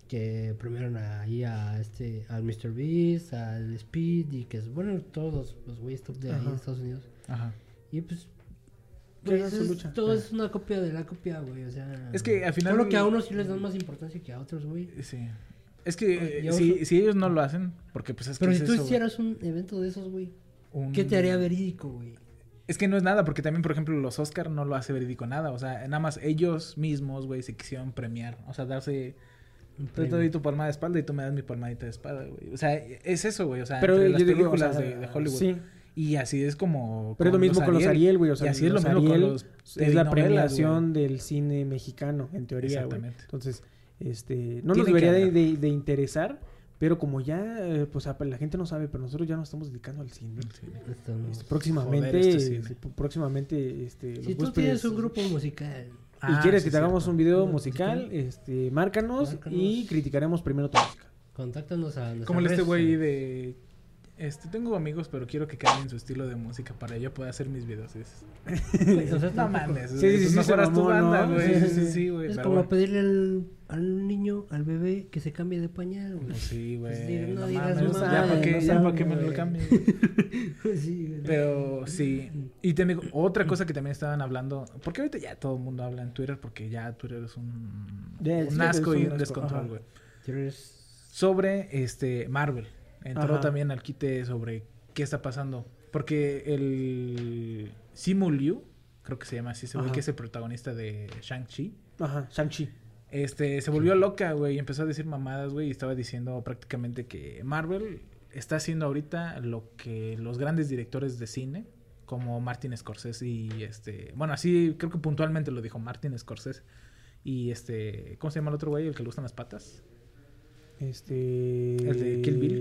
que premiaron ahí a este al Mr. Beast, al Speed y que es bueno todos los, los güeyes top de ahí
Ajá.
de Estados Unidos.
Ajá.
Y pues,
Pues,
pues,
es su
es-
lucha.
todo
Ajá.
es una copia de la copia, güey, o sea.
Es que, al final-
solo que a unos sí les dan más importancia que a otros, güey.
Sí. Es que
Oye,
eh,
yo-
si, si ellos no lo hacen, porque pues es que
Pero
es
si tú
eso, güey.
hicieras un evento de esos, güey,
Un-
¿qué te haría verídico, güey?
Es que no es nada, porque también, por ejemplo, los Oscar no lo hace verídico nada. O sea, nada más ellos mismos, güey, se quisieron premiar. O sea, darse.
Un
Yo te
premio.
doy tu palmada de espalda y tú me das mi palmadita de espalda, güey. O sea, es eso, güey. O sea,
Pero
entre
yo
las
digo, o sea,
películas de, de Hollywood.
Sí,
Y así es como.
pero es lo mismo con los Ariel, güey. O sea,
y así es lo
los
mismo con
Ariel
los.
es la
telenovelas,
premiación del cine mexicano, en teoría, güey.
Exactamente.
Entonces, este, no
Tiene
nos
que
debería de,
haber.
de- de interesar, pero como ya, eh, pues a- la gente no sabe, pero nosotros ya nos estamos dedicando al cine.
güey. Sí.
Esto no.
Este, próximamente,
Mm, Joder, este cine.
este, próximamente, este, los
Si tú
huéspedes-
tienes un grupo musical,
y
Ah,
quieres
sí,
que te hagamos
cierto.
un video
¿Un
musical, este, márcanos,
Márcanos.
y criticaremos primero tu música.
contáctanos a nuestras
Como el este
redes
güey
sociales.
de. Este, tengo amigos, pero quiero que cambien su estilo de música para yo poder hacer mis videos. Es-
Güey, o sea,
no
tampoco-
mames.
Sí,
güey,
sí,
pues
sí, se
mejoras tu
mamó, ¿no?
banda, güey.
Sí, sí,
Sí, sí,
sí.
sí, güey.
Es
pero
como
bueno.
pedirle al, al niño, al bebé, que se cambie de pañal, güey.
Pues sí,
Pues
güey.
digo, no
No
digas
mames,
mamadas,
ya para
no
que, ya
saben,
pa' que me lo
güey.
cambien.
sí, güey.
Pero sí. Y te digo, otra cosa que también estaban hablando. Porque ahorita ya todo el mundo habla en Twitter, porque ya Twitter es un,
Ya,
un
sí,
asco
es
y
un
un
asco, ajá.
descontrol, güey.
Pero es-
sobre este Marvel. Entró
Ajá.
también al quite sobre qué está pasando. Porque el Simu Liu, creo que se llama así, ese güey
Ajá.
que es el protagonista de Shang-Chi.
Ajá, Shang-Chi.
Este, se volvió loca, güey, y empezó a decir mamadas, güey, y estaba diciendo prácticamente que Marvel está haciendo ahorita lo que los grandes directores de cine, como Martin Scorsese y este, bueno, así creo que puntualmente lo dijo Martin Scorsese y este, ¿cómo se llama el otro güey, el que le gustan las patas?
Este.
El de Kill Bill.
Ah,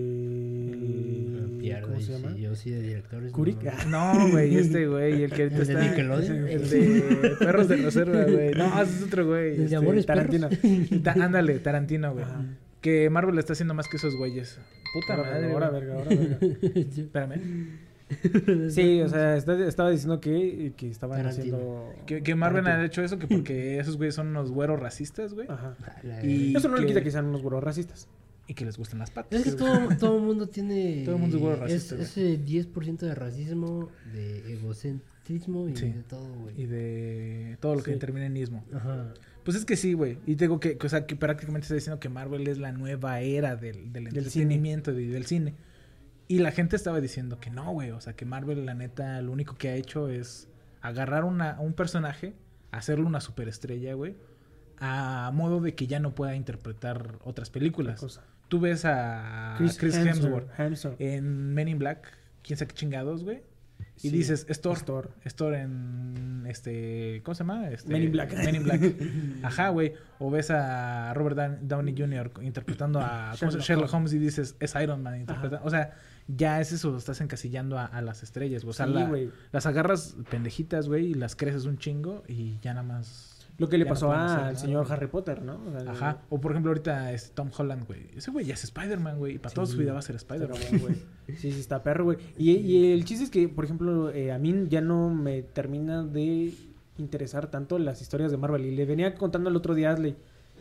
El...
pierdo,
¿Cómo
y
se
sí,
llama?
yo sí de directores. no
Kurik.
mames.
No, güey, este güey, el que ahorita
¿El de
está...
Nickelodeon?
El de Perros de Reserva, güey.
ah,
No, ese es otro güey.
¿El de
este,
Amores Perros?
Tarantino. Ta- ándale, Tarantino, güey.
Ajá.
Que Marvel está haciendo más que esos güeyes. Puta
Ahora,
madre.
ahora,
güey.
verga, ahora, verga.
Espérame.
Sí, o sea, está- estaba diciendo que, que estaban
Tarantino.
haciendo.
Que, que Marvel
Tarantino.
ha hecho eso que porque esos güeyes son unos güeros racistas, güey.
Ajá.
Ah, la-
Y-
Eso no le
que-
quita que sean unos güeros racistas.
Y que les gustan las patas.
Es que todo, todo el mundo tiene.
Todo el mundo es güero
es-
racista, güey.
Ese 10% de racismo, de egocentrismo y
Sí.
de todo,
Y
güey.
de todo lo que
Sí.
termina en ismo.
Ajá.
Pues es que sí, güey. Y te digo que, que, o sea, que prácticamente está diciendo que Marvel es la nueva era del, del
Del
entretenimiento y del cine. Y la gente estaba diciendo que no, güey. O sea, que Marvel, la neta, lo único que ha hecho es agarrar una, a un personaje, hacerlo una superestrella, güey. A modo de que ya no pueda interpretar otras películas.
cosa.
Tú ves a Ah, Chris, Hemsworth,
Hemsworth. Eh, Hemsworth.
en Men in Black, quién sabe qué chingados, güey. Y
Sí,
dices, es Thor.
es Thor.
Es Thor en este. ¿Cómo se llama? Este,
Men in Black.
Men in Black. Ajá, güey. O ves a Robert Dan- Downey Jr. interpretando a ¿cómo se- Sherlock,
Sherlock
Holmes y dices, es Iron Man interpreta- O sea, ya es eso, estás encasillando a, a las estrellas, güey. O sea,
Sí,
la-
güey.
las agarras pendejitas, güey, y las creces un chingo y ya nada más.
Lo que le
ya no
pasó
pueden hacer
al
nada,
señor eh,
güey.
Harry Potter, ¿no? O sea,
Ajá. O por ejemplo, ahorita este Tom Holland, güey. Ese güey ya es Spider-Man, güey. Y para todos su vida va a ser
pero
Spider-Man.
bueno, güey. Sí, sí, está perro, güey. Y, y el chiste es que, por ejemplo, eh, a mí ya no me termina de interesar tanto las historias de Marvel. Y le venía contando el otro día a Asley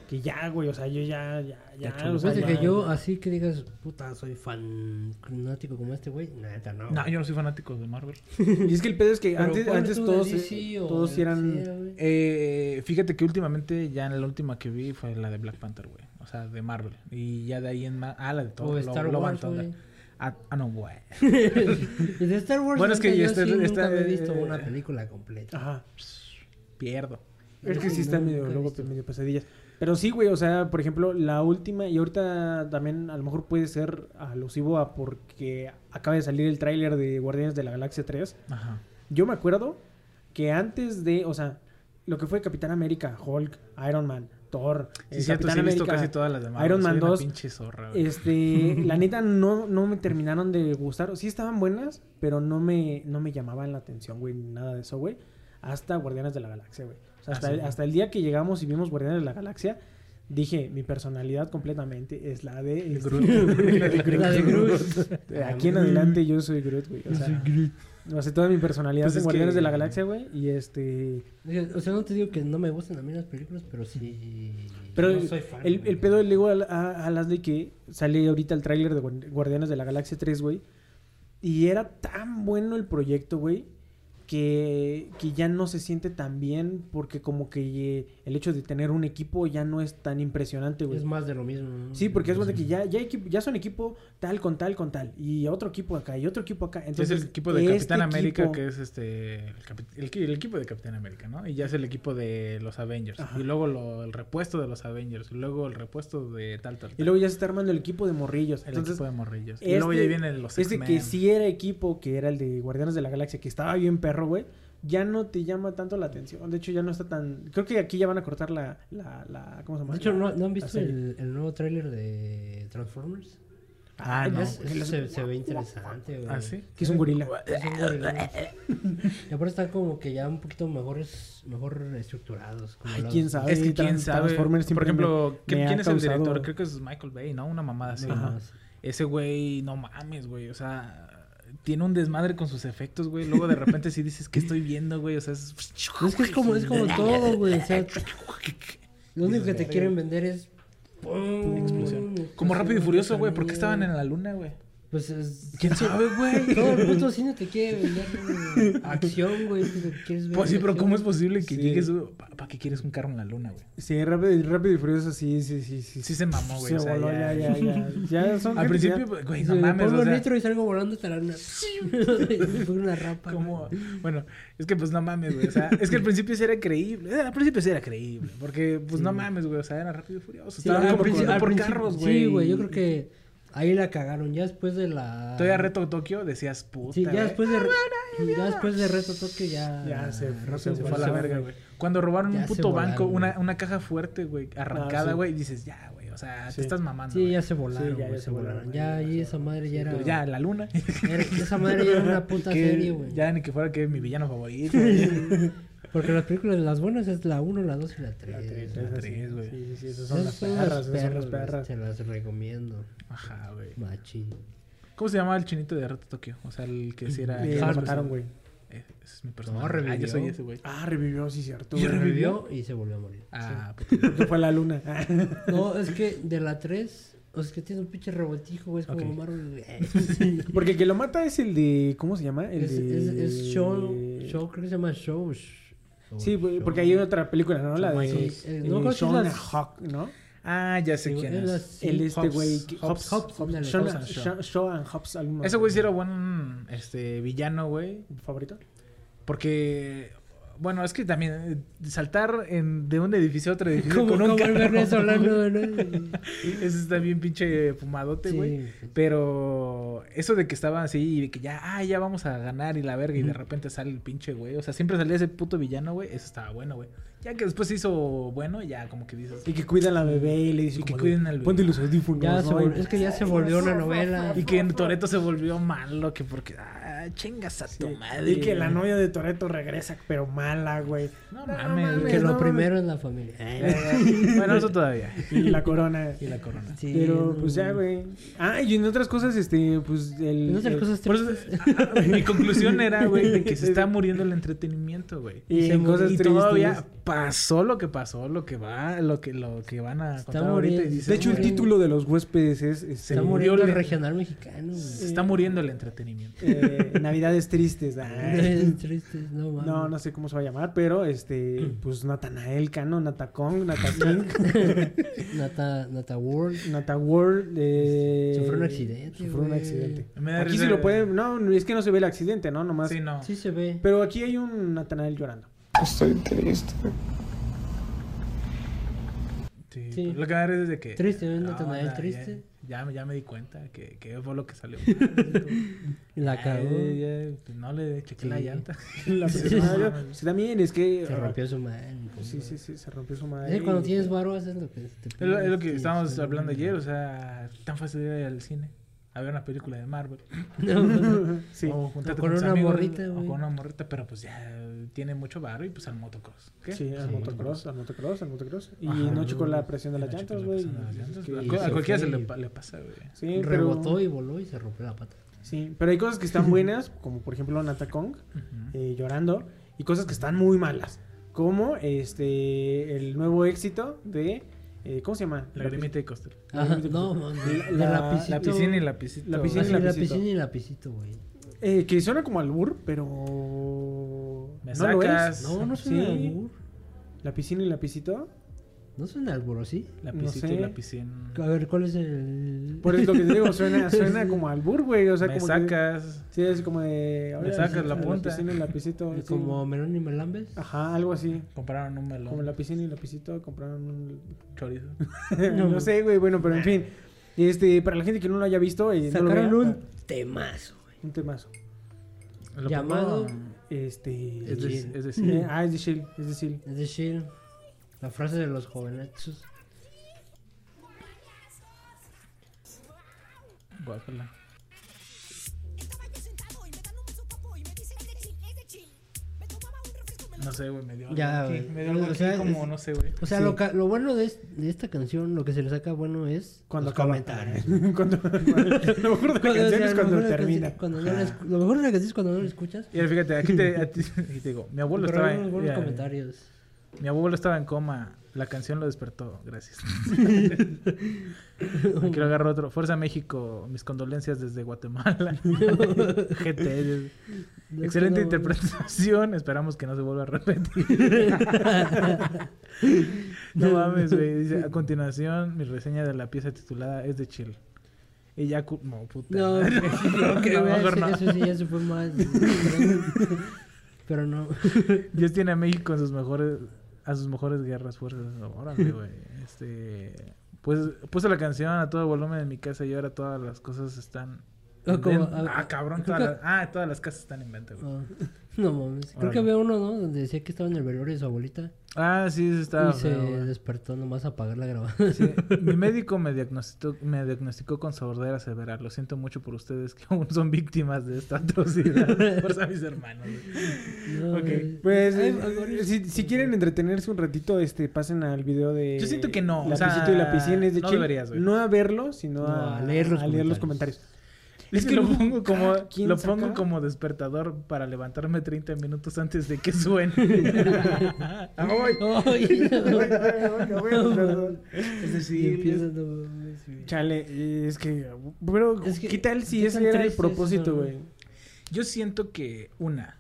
que ya, güey, o sea, yo ya, ya, ya.
chulo.
o sea,
Pues Fíjate
ya-
que yo, ah, así que digas, puta, soy fan fanático como este güey, neta, no.
No, yo no soy fanático de Marvel.
Y es que el pedo es que
Pero
antes,
ponle
antes
tú de
todos, eh,
DC o
todos
de
eran...
sea, güey.
Eh, fíjate que últimamente ya la última que vi fue la de Black Panther, güey. O sea, de Marvel. Y ya de ahí en más. Ah, la de Thor.
O
Lo-
Star
Love and
Wars,
Thunder.
güey.
Ah, ah, no, güey.
Y de Star Wars,
Bueno, es que
neta, yo
este-
sí
esta-
nunca he visto
eh,
una película completa.
Ajá.
Pierdo.
Es que
Yo
sí está
nunca
medio,
he
luego
visto.
medio pesadillas. Pero sí, güey, o sea, por ejemplo, la última, y ahorita también a lo mejor puede ser alusivo a porque acaba de salir el tráiler de Guardianes de la Galaxia 3.
Ajá.
Yo me acuerdo que antes de, o sea, lo que fue Capitán América, Hulk, Iron Man, Thor,
Sí,
eh,
es cierto, sí
Capitán
he visto
América,
casi todas las demás.
Iron
Soy
Man
una
2,
pinche zorra, güey.
este, la neta no, no me terminaron de gustar. Sí estaban buenas, pero no me, no me llamaban la atención, güey, ni nada de eso, güey. Hasta Guardianes de la Galaxia, güey. O sea, hasta,
Ah, sí,
el,
güey.
hasta el día que llegamos y vimos Guardianes de la Galaxia, dije, mi personalidad completamente es la de... este,
Groot.
la de Groot.
La de Groot.
De aquí en adelante yo soy Groot, güey. O sea, o sea, toda mi personalidad
Pues
es
es
Guardianes
que-
de la Galaxia, güey. Y este...
O sea, no te digo que no me gusten a mí las películas, pero sí.
Pero
no
el-
soy fan,
el,
güey.
el pedo le digo a, a, a las de que sale ahorita el tráiler de Guar- Guardianes de la Galaxia 3, güey. Y era tan bueno el proyecto, güey, que, que ya no se siente tan bien porque como que eh, el hecho de tener un equipo ya no es tan impresionante, güey.
Es más de lo mismo. ¿no?
Sí, porque es bueno que ya, ya, equipo- ya son equipo tal con tal con tal. Y otro equipo acá, y otro equipo acá.
Sí, es
Entonces,
el equipo de
este
Capitán América,
equipo-
que es este. El, capi- el que- el equipo de Capitán América, ¿no? Y ya es el equipo de los Avengers.
Ajá.
Y luego lo- el repuesto de los Avengers. Y luego el repuesto de tal, tal.
Y
tal.
luego ya se está armando el equipo de morrillos.
el
Entonces,
equipo de morrillos.
Este,
y luego ya vienen los
este
X-Men.
que sí era equipo, que era el de Guardianes de la Galaxia, que estaba bien perro, güey. Ya no te llama tanto la atención. De hecho, ya no está tan. Creo que aquí ya van a cortar la. la, la- ¿Cómo se llama?
De hecho,
La-
¿no, no han
la
visto
serie.
el, el nuevo tráiler de Transformers?
Ah, no.
Es-
güey.
es- se, se ve interesante, güey.
¿Ah, sí?
Que es un gorila.
Es un gorila. y aparte están como que ya un poquito mejores, mejor estructurados. como
Ay,
los-
quién sabe.
Es que quién
Tran-
sabe.
Transformers
Por
siempre
ejemplo,
me-
¿qué-
me ha
¿quién es el
causado-
director? Creo que es Michael Bay, ¿no? Una mamada así.
Ajá.
Ese güey, no mames, güey. O sea, tiene un desmadre con sus efectos, güey. Luego de repente sí dices, ¿qué estoy viendo, güey? O sea, es...
Es que es como, es como todo, güey. O sea, lo único que te quieren vender es. ¡pum!
Explosión. Como rápido y furioso, güey. ¿Por qué estaban en la luna, güey?
Pues es.
¿Quién sabe, güey?
Todo el puto cine te quiere vender güey, acción, güey. es lo que quieres ver,
Pues sí, pero
acción.
¿cómo es posible que
Sí.
llegues... ¿Para qué quieres un carro en la luna, güey?
Sí, rápido, y- rápido y furioso, sí, sí, sí. Sí,
Sí se mamó, güey.
Se
o sea,
voló, ya,
ya-
ya, ya. Ya son.
Al
gente que ya-
principio, güey,
Sí,
no mames,
pongo
o sea...
nitro y salgo volando hasta la luna. Fue una rapa.
Como, bueno, es que pues no mames, güey. O sea, es que al principio sí era creíble. eh, Al principio sí era creíble. Porque, pues no mames, güey. O sea, era rápido y furioso.
Sí,
Estaban
al principio-
compitiendo
al
por
principio-
carros, güey.
Sí, güey, yo creo que ahí la cagaron. Ya después de la.
Todavía Reto Tokio decías puta.
Sí,
eh,
ya
güey.
después de. Ya después de Reto Tokio ya.
Ya se-
Rápido
se
y
pues, Se fue a la
Furioso,
verga, güey. Cuando robaron
Ya
un
se
puto
volaron,
banco,
güey.
una, una caja fuerte, güey,
Ah,
arrancada,
sí.
güey, y dices, ya, güey, o sea,
Sí.
te estás mamando.
Sí,
güey.
ya se volaron,
ya- ya
güey,
se
se volaron.
volaron,
Ya
ya,
ahí esa madre ya era,
Pero pues ya, la luna.
era- Esa madre ya era una puta
Que
serie, güey.
ya ni que fuera que mi villano favorito. güey.
Porque las películas, las buenas es la 1, la 2 y la 3.
Esas
tres,
sí,
güey.
Sí, sí, sí, esas son las perras, esas son las perras.
Se las recomiendo.
Ajá, güey.
Machín.
¿Cómo se llamaba el chinito de Reto Tokio? O sea, el que Ah, sí era.
Eh,
que
lo
era-
mataron, güey.
Eh, Ese es mi personaje.
No, revivió.
Ah, yo soy ese, güey.
Ah, revivió, sí, cierto.
Yo
güey.
Revivió y se volvió a morir.
Ah, puta.
Porque fue a la luna.
No, es que de la 3, o sea, es que tiene un pinche revoltijo, güey. Es como
Ok.
Marvel, güey.
Porque el que lo mata es el de. ¿Cómo se llama? El
Es,
de.
es, es Show, Show, creo que se llama Show. sh-
Sí, güey, porque hay otra película, ¿no? La de
Sí, eh, no, creo
eh,
que es
Shona
la-
Hawk, ¿no?
Ah, ya sé
Digo,
quién
es la-
es.
Sí,
el este
Hobbs,
güey. que-
Hobbs,
Hobbs,
Hobbs, ándale,
Shona-
Hobbs and
Sho- Shaw and Hobbs. algo
Ese güey
más.
sí era buen este, villano, güey.
favorito.
Porque, bueno, es que también eh, saltar en- de un edificio a otro edificio
Como
con un
como el
carro,
Ernesto hablando,
Eso está bien pinche fumadote, güey.
Sí.
Pero eso de que estaban así y de que ya, ah, ya vamos a ganar y la verga y de repente sale el pinche, güey. O sea, siempre salía ese puto villano, güey. Eso estaba bueno, güey. Ya que después se hizo bueno, ya como que dices...
Y que cuida a la bebé y le dice.
Y que
como
cuiden al bebé.
Ponte los audífonos.
Ya
¿no?
se volvió- es que pues ya se volvió una novela.
Y que en Toreto se volvió malo, que porque, ah, chingas a tu madre.
Y que la novia de Toreto regresa, pero mala, güey.
No mames.
Que
no
lo
mames.
primero es la familia.
bueno, eso todavía.
Y la corona.
Y la corona.
Sí,
Pero
no,
pues ya, güey. Ah, y en otras cosas, este, pues el.
En otras
el-
cosas
eh, Por eso,
tristes.
ah, mi conclusión era, güey, de que se está muriendo el entretenimiento, güey.
Y,
se
en
murió.
cosas
Y
tristes.
todavía pasó lo que pasó, lo que va, lo que, lo que van a contar ahorita. y
muriendo.
dices,
De hecho, el
güey,
título de los huéspedes es. este,
Se
Está
murió
muriendo el
el-
regional mexicano. güey.
Se está muriendo el entretenimiento.
eh, Navidades tristes. Ay.
Es triste, no mames.
No, no sé cómo se va a llamar, pero este, pues Natanael Cano, Natacong, Nataking,
Nata, Nata World.
Nataworld. Eh,
Sufrió un accidente,
Sufrió un
güey.
accidente.
Me da
Aquí
risa-
sí lo pueden. No, no, es que no se ve el accidente, ¿no? Nomás.
Sí, no.
Sí se ve.
Pero aquí hay un Natanael llorando.
Estoy triste.
Sí,
Sí.
pero Lo que me da risa es de que...
Triste, ¿no?
No,
Natanael
ya-
triste.
Ya, ya me di cuenta que, que fue lo que salió.
La cagó.
Ay, ya, pues, no le chequé la
Sí.
llanta.
La persona llora. Sí, también es
Ah,
que.
eh,
ah,
Se rompió su mano.
Sí, sí, sí, se rompió su
Es
madre.
que cuando tienes varo haces lo que te
Es lo, es lo que
pides,
estábamos
sí,
hablando ayer, o sea, tan fácil ir al cine a ver una película de Marvel.
No, no, no.
Sí.
O juntarte
O
con,
con
tus
una
amigos,
morrita,
O
güey.
con una morrita, pero pues ya tiene mucho barro y pues al motocross. ¿Qué?
Sí, al
Sí.
motocross, al motocross, al motocross. Y
Ajá.
no checó la presión de
No
las
checa
llantas,
la
güey.
presión de las llantas.
Que-
A
Y
cu- A,
se
cualquiera se
fue.
le, pa- le pasa, güey.
Sí, pero-
Rebotó y voló y se rompió la pata.
Sí, pero hay cosas que están buenas, como por ejemplo Natacong, eh, llorando, y cosas que están muy malas, como este el nuevo éxito de eh, ¿cómo se llama?
La grimita de Coster.
Ajá, no, mames.
La-
La,
la-
lapicito.
La piscina y la piscina.
La
Ah,
piscina
sí,
y
la
lapicito.
piscina y lapicito, güey.
Eh, que suena como albur, pero
Me
no lo
sacas.
es.
No, no
Sí.
suena albur.
La piscina y la pisito.
No suena albur, ¿o sí?
La
no
piscina
sé.
y la piscina.
A ver, ¿cuál es el...?
Por eso lo que te digo, suena, suena como albur, güey. O sea,
me
como que-
sacas.
sí, es como de.
Me sacas la punta.
La piscina y la pisito. sí.
Como Melón y Melambes.
Ajá, algo así.
Compraron un melón.
Como la piscina y la pisito compraron un
chorizo.
no,
No.
sé, güey, bueno, pero en fin. Este, para la gente que no lo haya visto, eh, no lo
Sacaron
vea. ah,
un temazo, güey.
Un temazo.
Lo
Llamado-
pongo-
Este.
Es, de-
Jill.
es decir,
eh, ah, es de Shield, es de Shield.
Es decir, la frase de los jovenazos.
guácala. No sé, güey, me dio algo
Ya,
aquí,
güey.
Me dio algo
O
aquí
sea,
como,
es-
no sé, güey.
O sea,
Sí.
lo, ca- lo bueno de, es- de esta canción, lo que se le saca bueno es los
acaba.
comentarios.
cuando, lo mejor de la
Cuando- o
canción
sea,
es
lo
cuando
mejor de la
termina.
canción- cuando no la escu- lo mejor de la canción es cuando no la escuchas.
Y ahora fíjate, aquí te, a ti- aquí te digo, mi abuelo
pero hay
estaba
unos
en,
buenos
mira,
comentarios.
mi abuelo estaba en coma, la canción lo despertó, gracias. Quiero agarrar otro. Fuerza México, mis condolencias desde Guatemala. GT.
No,
Excelente
es que no-
interpretación, esperamos que no se vuelva a repetir. no mames, güey. Dice, a continuación, mi reseña de la pieza titulada es de chill. Y ya, cu- no, puta.
No,
madre.
creo que
No,
güey,
mejor
eso-
no.
eso sí ya se fue más. pero no.
Dios tiene a México en sus mejores, a sus mejores guerras fuerzas. Órale, güey. Este, pues puse la canción a todo volumen en mi casa y ahora todas las cosas están.
Ah,
en
como-
venta.
ah,
ah, cabrón.
creo
Todas
que-
las, ah, todas las casas están en venta, güey.
No, no mames. Creo
Órale.
que había uno, ¿no? Donde decía que estaba en el velorio de su abuelita.
Ah, sí, eso estaba.
y se
feo, güey.
despertó nomás a apagar la grabadora.
Sí, Mi médico me diagnosticó, me diagnosticó con sordera severa. Lo siento mucho por ustedes que aún son víctimas de esta atrocidad. Por a mis hermanos. güey.
No,
Ok.
güey.
Pues,
Hay-
eh,
hay varios-
si, si quieren entretenerse un ratito, este, pasen al video de.
Yo siento que no, o
Lapicito
sea,
y la piscina es de
no
Chill.
deberías, güey.
No a verlo, sino
No,
a,
a leer los
a leer los
comentarios.
comentarios.
Es que lo
luego
pongo como
cada quien
lo
saca-
pongo como despertador para levantarme 30 minutos antes de que suene.
¡Ay!
Ay, no.
Bueno, bueno, perdón.
es
Y
decir,
empieza, no mames, güey.
Chale, eh, es que. Pero,
Es que-
¿qué tal si
¿qué
ese
tan
era el
triste es
propósito,
eso, no?
güey?
yo siento que una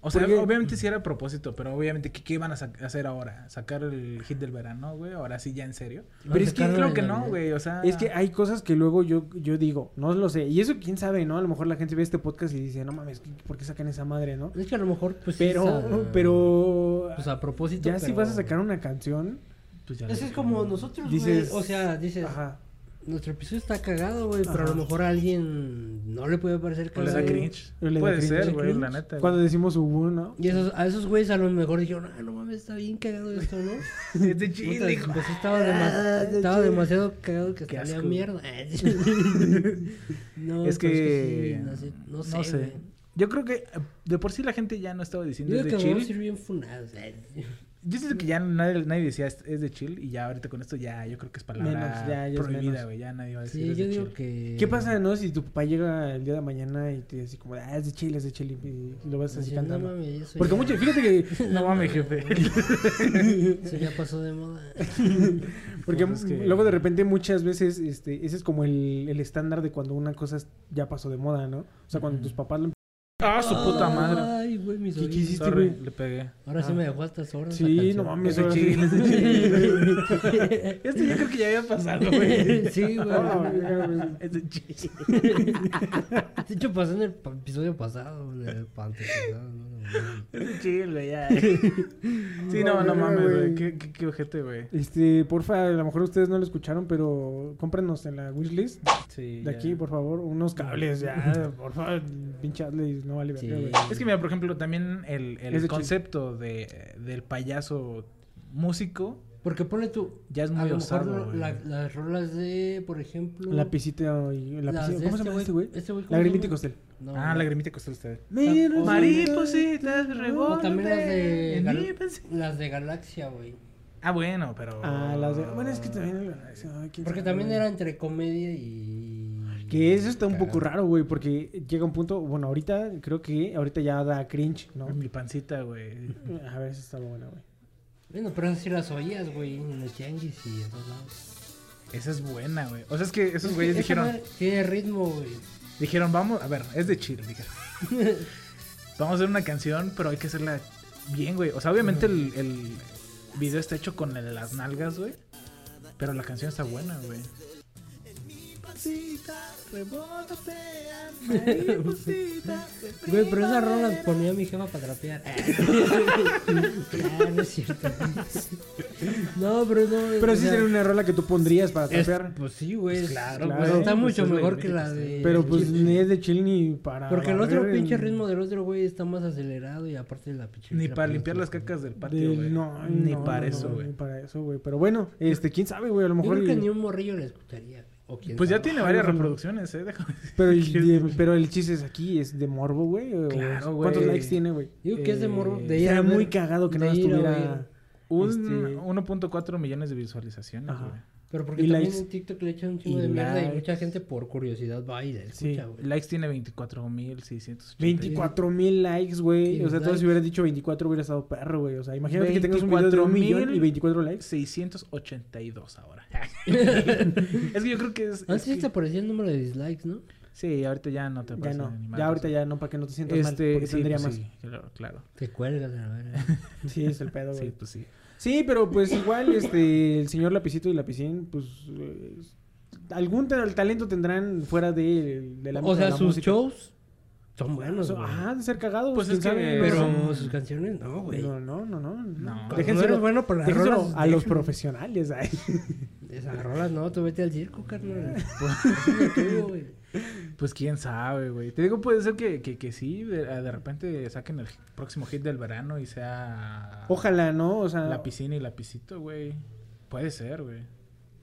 O sea,
Porque-
obviamente sí era a propósito, pero obviamente, ¿qué, qué iban a sa- hacer ahora? ¿Sacar el hit del verano, güey? Ahora sí, ya en serio.
Van a
Pero es que
sacarlo
creo
en
que no,
Navidad.
güey. O sea,
Es que hay cosas que luego yo, yo digo, no lo sé. Y eso quién sabe, ¿no? A lo mejor la gente ve este podcast y dice, no mames, ¿por qué sacan esa madre, no?
Es que a lo mejor, pues. sí
Pero,
sa-
pero...
Pues a propósito.
ya si
pero-
vas a sacar una canción,
pues ya
Es que
lo-
es como nosotros, güey.
dices...
O sea, dices.
Ajá.
Nuestro episodio está cagado, güey. Pero a lo
Ajá.
mejor a alguien no le puede parecer
O le
cagado.
da cringe.
O le da
Puede
cringe,
ser,
le
güey,
cringe.
la neta.
Cuando decimos Ubu, ¿no?
Y esos, a esos güeyes a lo mejor dijeron, ah, no mames, está bien cagado esto, ¿no?
güey. Es
Puta,
de Este chile, hijo.
pues sí estaba, dema-
Ah, de
estaba
chile.
demasiado cagado que
Qué
salía
asco.
mierda. no,
Es
pero
que.
sí, no sé. No sé. güey.
Yo creo que eh, de por sí la gente ya no estaba diciendo
Yo
es
creo que
de
vamos a
chill.
ir bien funados. eh.
Yo siento que ya nadie, nadie decía es es de chill y ya ahorita con esto ya yo creo que es palabra
Menos, ya, ya es
prohibida,
menos.
güey. Ya nadie va a decir
Sí,
es de
yo digo
chill.
que.
¿Qué pasa, no? Si tu papá llega el día de mañana y te dice así como, ah, es de chile, es de chile, y lo vas así
Así, no
cantando.
mames, eso
Porque
ya-
mucho, fíjate que,
No mames, jefe.
Eso ya pasó de moda.
porque
Pues es que-
luego de repente muchas veces, este, ese es como el, el estándar de cuando una cosa es- ya pasó de moda, ¿no? O sea, cuando tus papás lo
¡Ah, su puta madre!
Ay, güey, mis
¿Qué- qué
oídos.
hiciste?
Sorry,
güey.
le pegué.
Ahora sí
Ah.
me dejó hasta sordo. esa
Sí,
canción. Este
no mames,
Es de
ahora
chill, es de chill.
sí,
Esto yo creo que ya había pasado, güey.
güey.
Es de chill.
De hecho, pasó en el pa- episodio pasado. En el pa- antepasado, no, no, no.
Es de chill, güey, ya. Sí, no, no mames, güey. Qué, qué, qué ojete, güey.
Este, porfa, a lo mejor ustedes no lo escucharon, pero cómprenos en la wishlist
Sí.
de aquí, por favor, unos cables, ya, por favor, pinche Adley, no vale verga,
Sí.
güey.
Es que mira, por ejemplo, también el, el
Es de
concepto de, del payaso músico
Porque pone tú.
ya es
A
muy
lo
osado,
mejor
güey.
la- las rolas de, por ejemplo.
Lapicita y
las
lapicita,
de
¿cómo se llama este güey?
Este güey. ¿cómo se
Lagrimita y
llama?
Costel.
No,
Ah,
no.
lagrimita costó usted.
Mira,
Ah,
Maripositas
O
rebotan.
también las de.
en
Gal-
mi pensamiento.
Las de Galaxia, güey.
Ah, bueno, pero.
Ah, las de... Bueno, es que también... ay, quién
Porque
sabe,
también
güey.
era entre comedia y.
Que eso está un poco raro, güey, porque llega un punto... Bueno, ahorita creo que ahorita ya da cringe, ¿no?
Mi pancita, güey.
A ver, eso estaba buena, güey.
Bueno, pero esas sí las oías, güey, en los tianguis y en todos lados.
Esa es buena, güey. O sea, es que esos
Es
güeyes
que esa
dijeron.
madre Tiene ritmo, güey.
Dijeron, vamos, a ver, es de chill, dijeron. vamos a hacer una canción, pero hay que hacerla bien, güey. O sea, obviamente el, el video está hecho con el- las nalgas, güey. Pero la canción está buena, güey.
Güey, pero esas rolas ponía mi jefa para trapear. Ah, no es cierto. No, pero no.
Pero
o
sí
sea,
sería una rola que tú pondrías para
es-
trapear.
Pues sí, güey.
Claro,
pues
güey,
Está
pues
mucho
es la
mejor
de
que
México,
la
sí.
de.
Pero pues ni es de chile ni para...
Porque el otro
barrer en-
pinche ritmo del otro güey está más acelerado y aparte de la pinche. pues
Ni
la
para
pelota.
limpiar las cacas del patio,
Del-
güey.
no,
Ah, ni
no,
para
no,
eso,
no,
güey.
Ni para eso, güey. Pero bueno, este, quién sabe, güey. A lo
Yo
mejor.
creo que
y-
ni un morrillo le escucharía, güey. O quién
Pues ya
sabe.
tiene
Ay,
varias
ojalá.
reproducciones, eh. Déjame decir.
Pero, el, pero el chiste es aquí, es de morbo, güey. o-
Claro, güey.
¿Cuántos likes tiene, güey?
Digo que es de morbo, de ir a
Era
ver,
muy cagado que
de
no
ir a
estuviera.
Un
este,
1.4 millones de visualizaciones,
Ajá.
güey.
Pero porque
Y
también
likes.
en TikTok le echan un chingo
Y
de mierda y
likes.
mucha gente por curiosidad va y la escucha,
Sí,
güey.
Likes tiene 24.680.
24 mil likes, güey.
Y
O sea, todos
likes.
si hubieras dicho 24 hubiera estado perro, güey. O sea, imagínate que tengas un video de
24
un millón
mil.
y 24 likes.
682 ahora. es que yo creo que es.
Ah,
Antes
es
sí
que-
te aparecía el número de dislikes, ¿no?
Sí, ahorita ya no te
Ya
aparecen
no,
animales.
ya ahorita ya no, para que no te sientas mal.
Este,
Porque
sí,
tendría
pues
más.
sí, claro, claro.
Te cuelgas, a la verga.
Sí. es el pedo, güey.
Sí, pues sí.
Sí, pero pues igual, este, el señor Lapicito y Lapicín, pues, eh, algún ta- talento tendrán fuera de, de la
O sea,
de la
sus
música.
shows son buenos,
Son- ah,
güey.
Ajá, de ser cagados,
Pues
quién
es que-
sabe,
Pero
son-
sus canciones, no, güey.
No, no, no, no. no.
No.
Déjenselo,
Déjenselo,
bueno para las
déjenselo
rolas.
a los profesionales. ay.
Esas rolas no, tú vete al circo, carnal. Hazlo tú, güey.
Pues quién sabe, güey. Te digo, puede ser que, que, que sí, de, ah, de repente saquen el próximo hit del verano y sea.
Ojalá, ¿no? O sea,
La piscina y lapicito, güey. Puede ser, güey.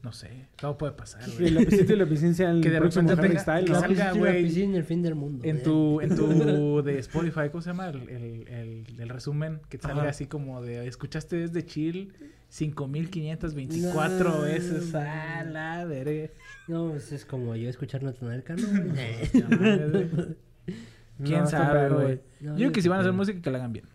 No sé. Todo puede pasar,
que
güey.
el Lapicito y Lapicín sean el
Que de
próximo
repente
Harry
tenga-
Styles,
que
¿no?
La
salga,
piscina,
güey,
la piscina, el fin del
Pues
mundo.
En
güey.
tu, en tu de Spotify, ¿cómo se llama? El, el, el- el resumen que te salga
Ajá.
así como de escuchaste desde Chill 5524
No,
veces.
no,
A
no.
la verga.
No, pues es como yo escuchar Natanael Cano, güey.
No, mames, güey.
No,
Quién
está
sabe,
perro,
güey.
No,
Yo digo que si van a hacer
pero-
música que la hagan bien.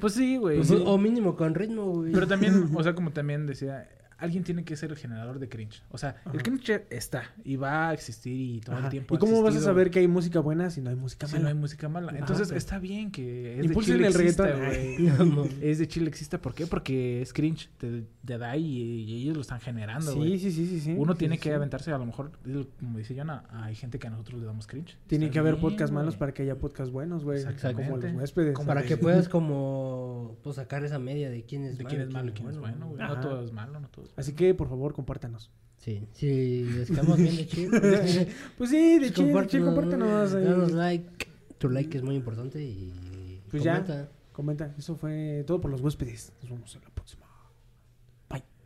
pues sí, güey.
Pues, oh,
O mínimo con ritmo, güey.
Pero también, o sea, como también decía, alguien tiene que ser el generador de cringe. O sea, el cringe está y va a existir y todo
Ajá.
el tiempo.
¿Y
ha
cómo vas a
existido,
saber que hay música buena si no hay música
si
mala?
no hay música mala?
Ajá,
Entonces
pero-
está bien que es
Impulsen
de
el
chile exista,
reggaetón,
güey.
No, mames.
Es de chile exista, ¿por qué? Porque es cringe de, de Dai y, y ellos lo están generando, güey.
Sí, sí, sí, sí, sí.
Uno
Sí,
tiene
sí,
que
sí.
aventarse, a lo mejor, es lo- como dice Jonah, hay gente que a nosotros le damos cringe.
Tiene
Está
que haber
bien,
podcasts malos
güey.
para que haya podcasts buenos, güey.
Exactamente.
Como los huéspedes.
Como
Para
de-
que puedas como pues, sacar esa media de quién es
De
malo.
quién es malo y quién es bueno, güey. No
Ajá.
todo es malo, no todo es bueno.
Así que, por favor, compártanos.
Sí, sí, les quedamos bien de chido.
Pues sí, de
Pues
chill, de chill, compártanos. ahí.
Danos like. Tu like es muy importante y.
Pues ya.
comenta
Comenta. Eso fue todo por los huéspedes. Nos vemos en la próxima.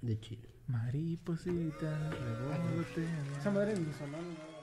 De chido.
Mariposita, revolotea.
Esa madre ni sonó, ni nada.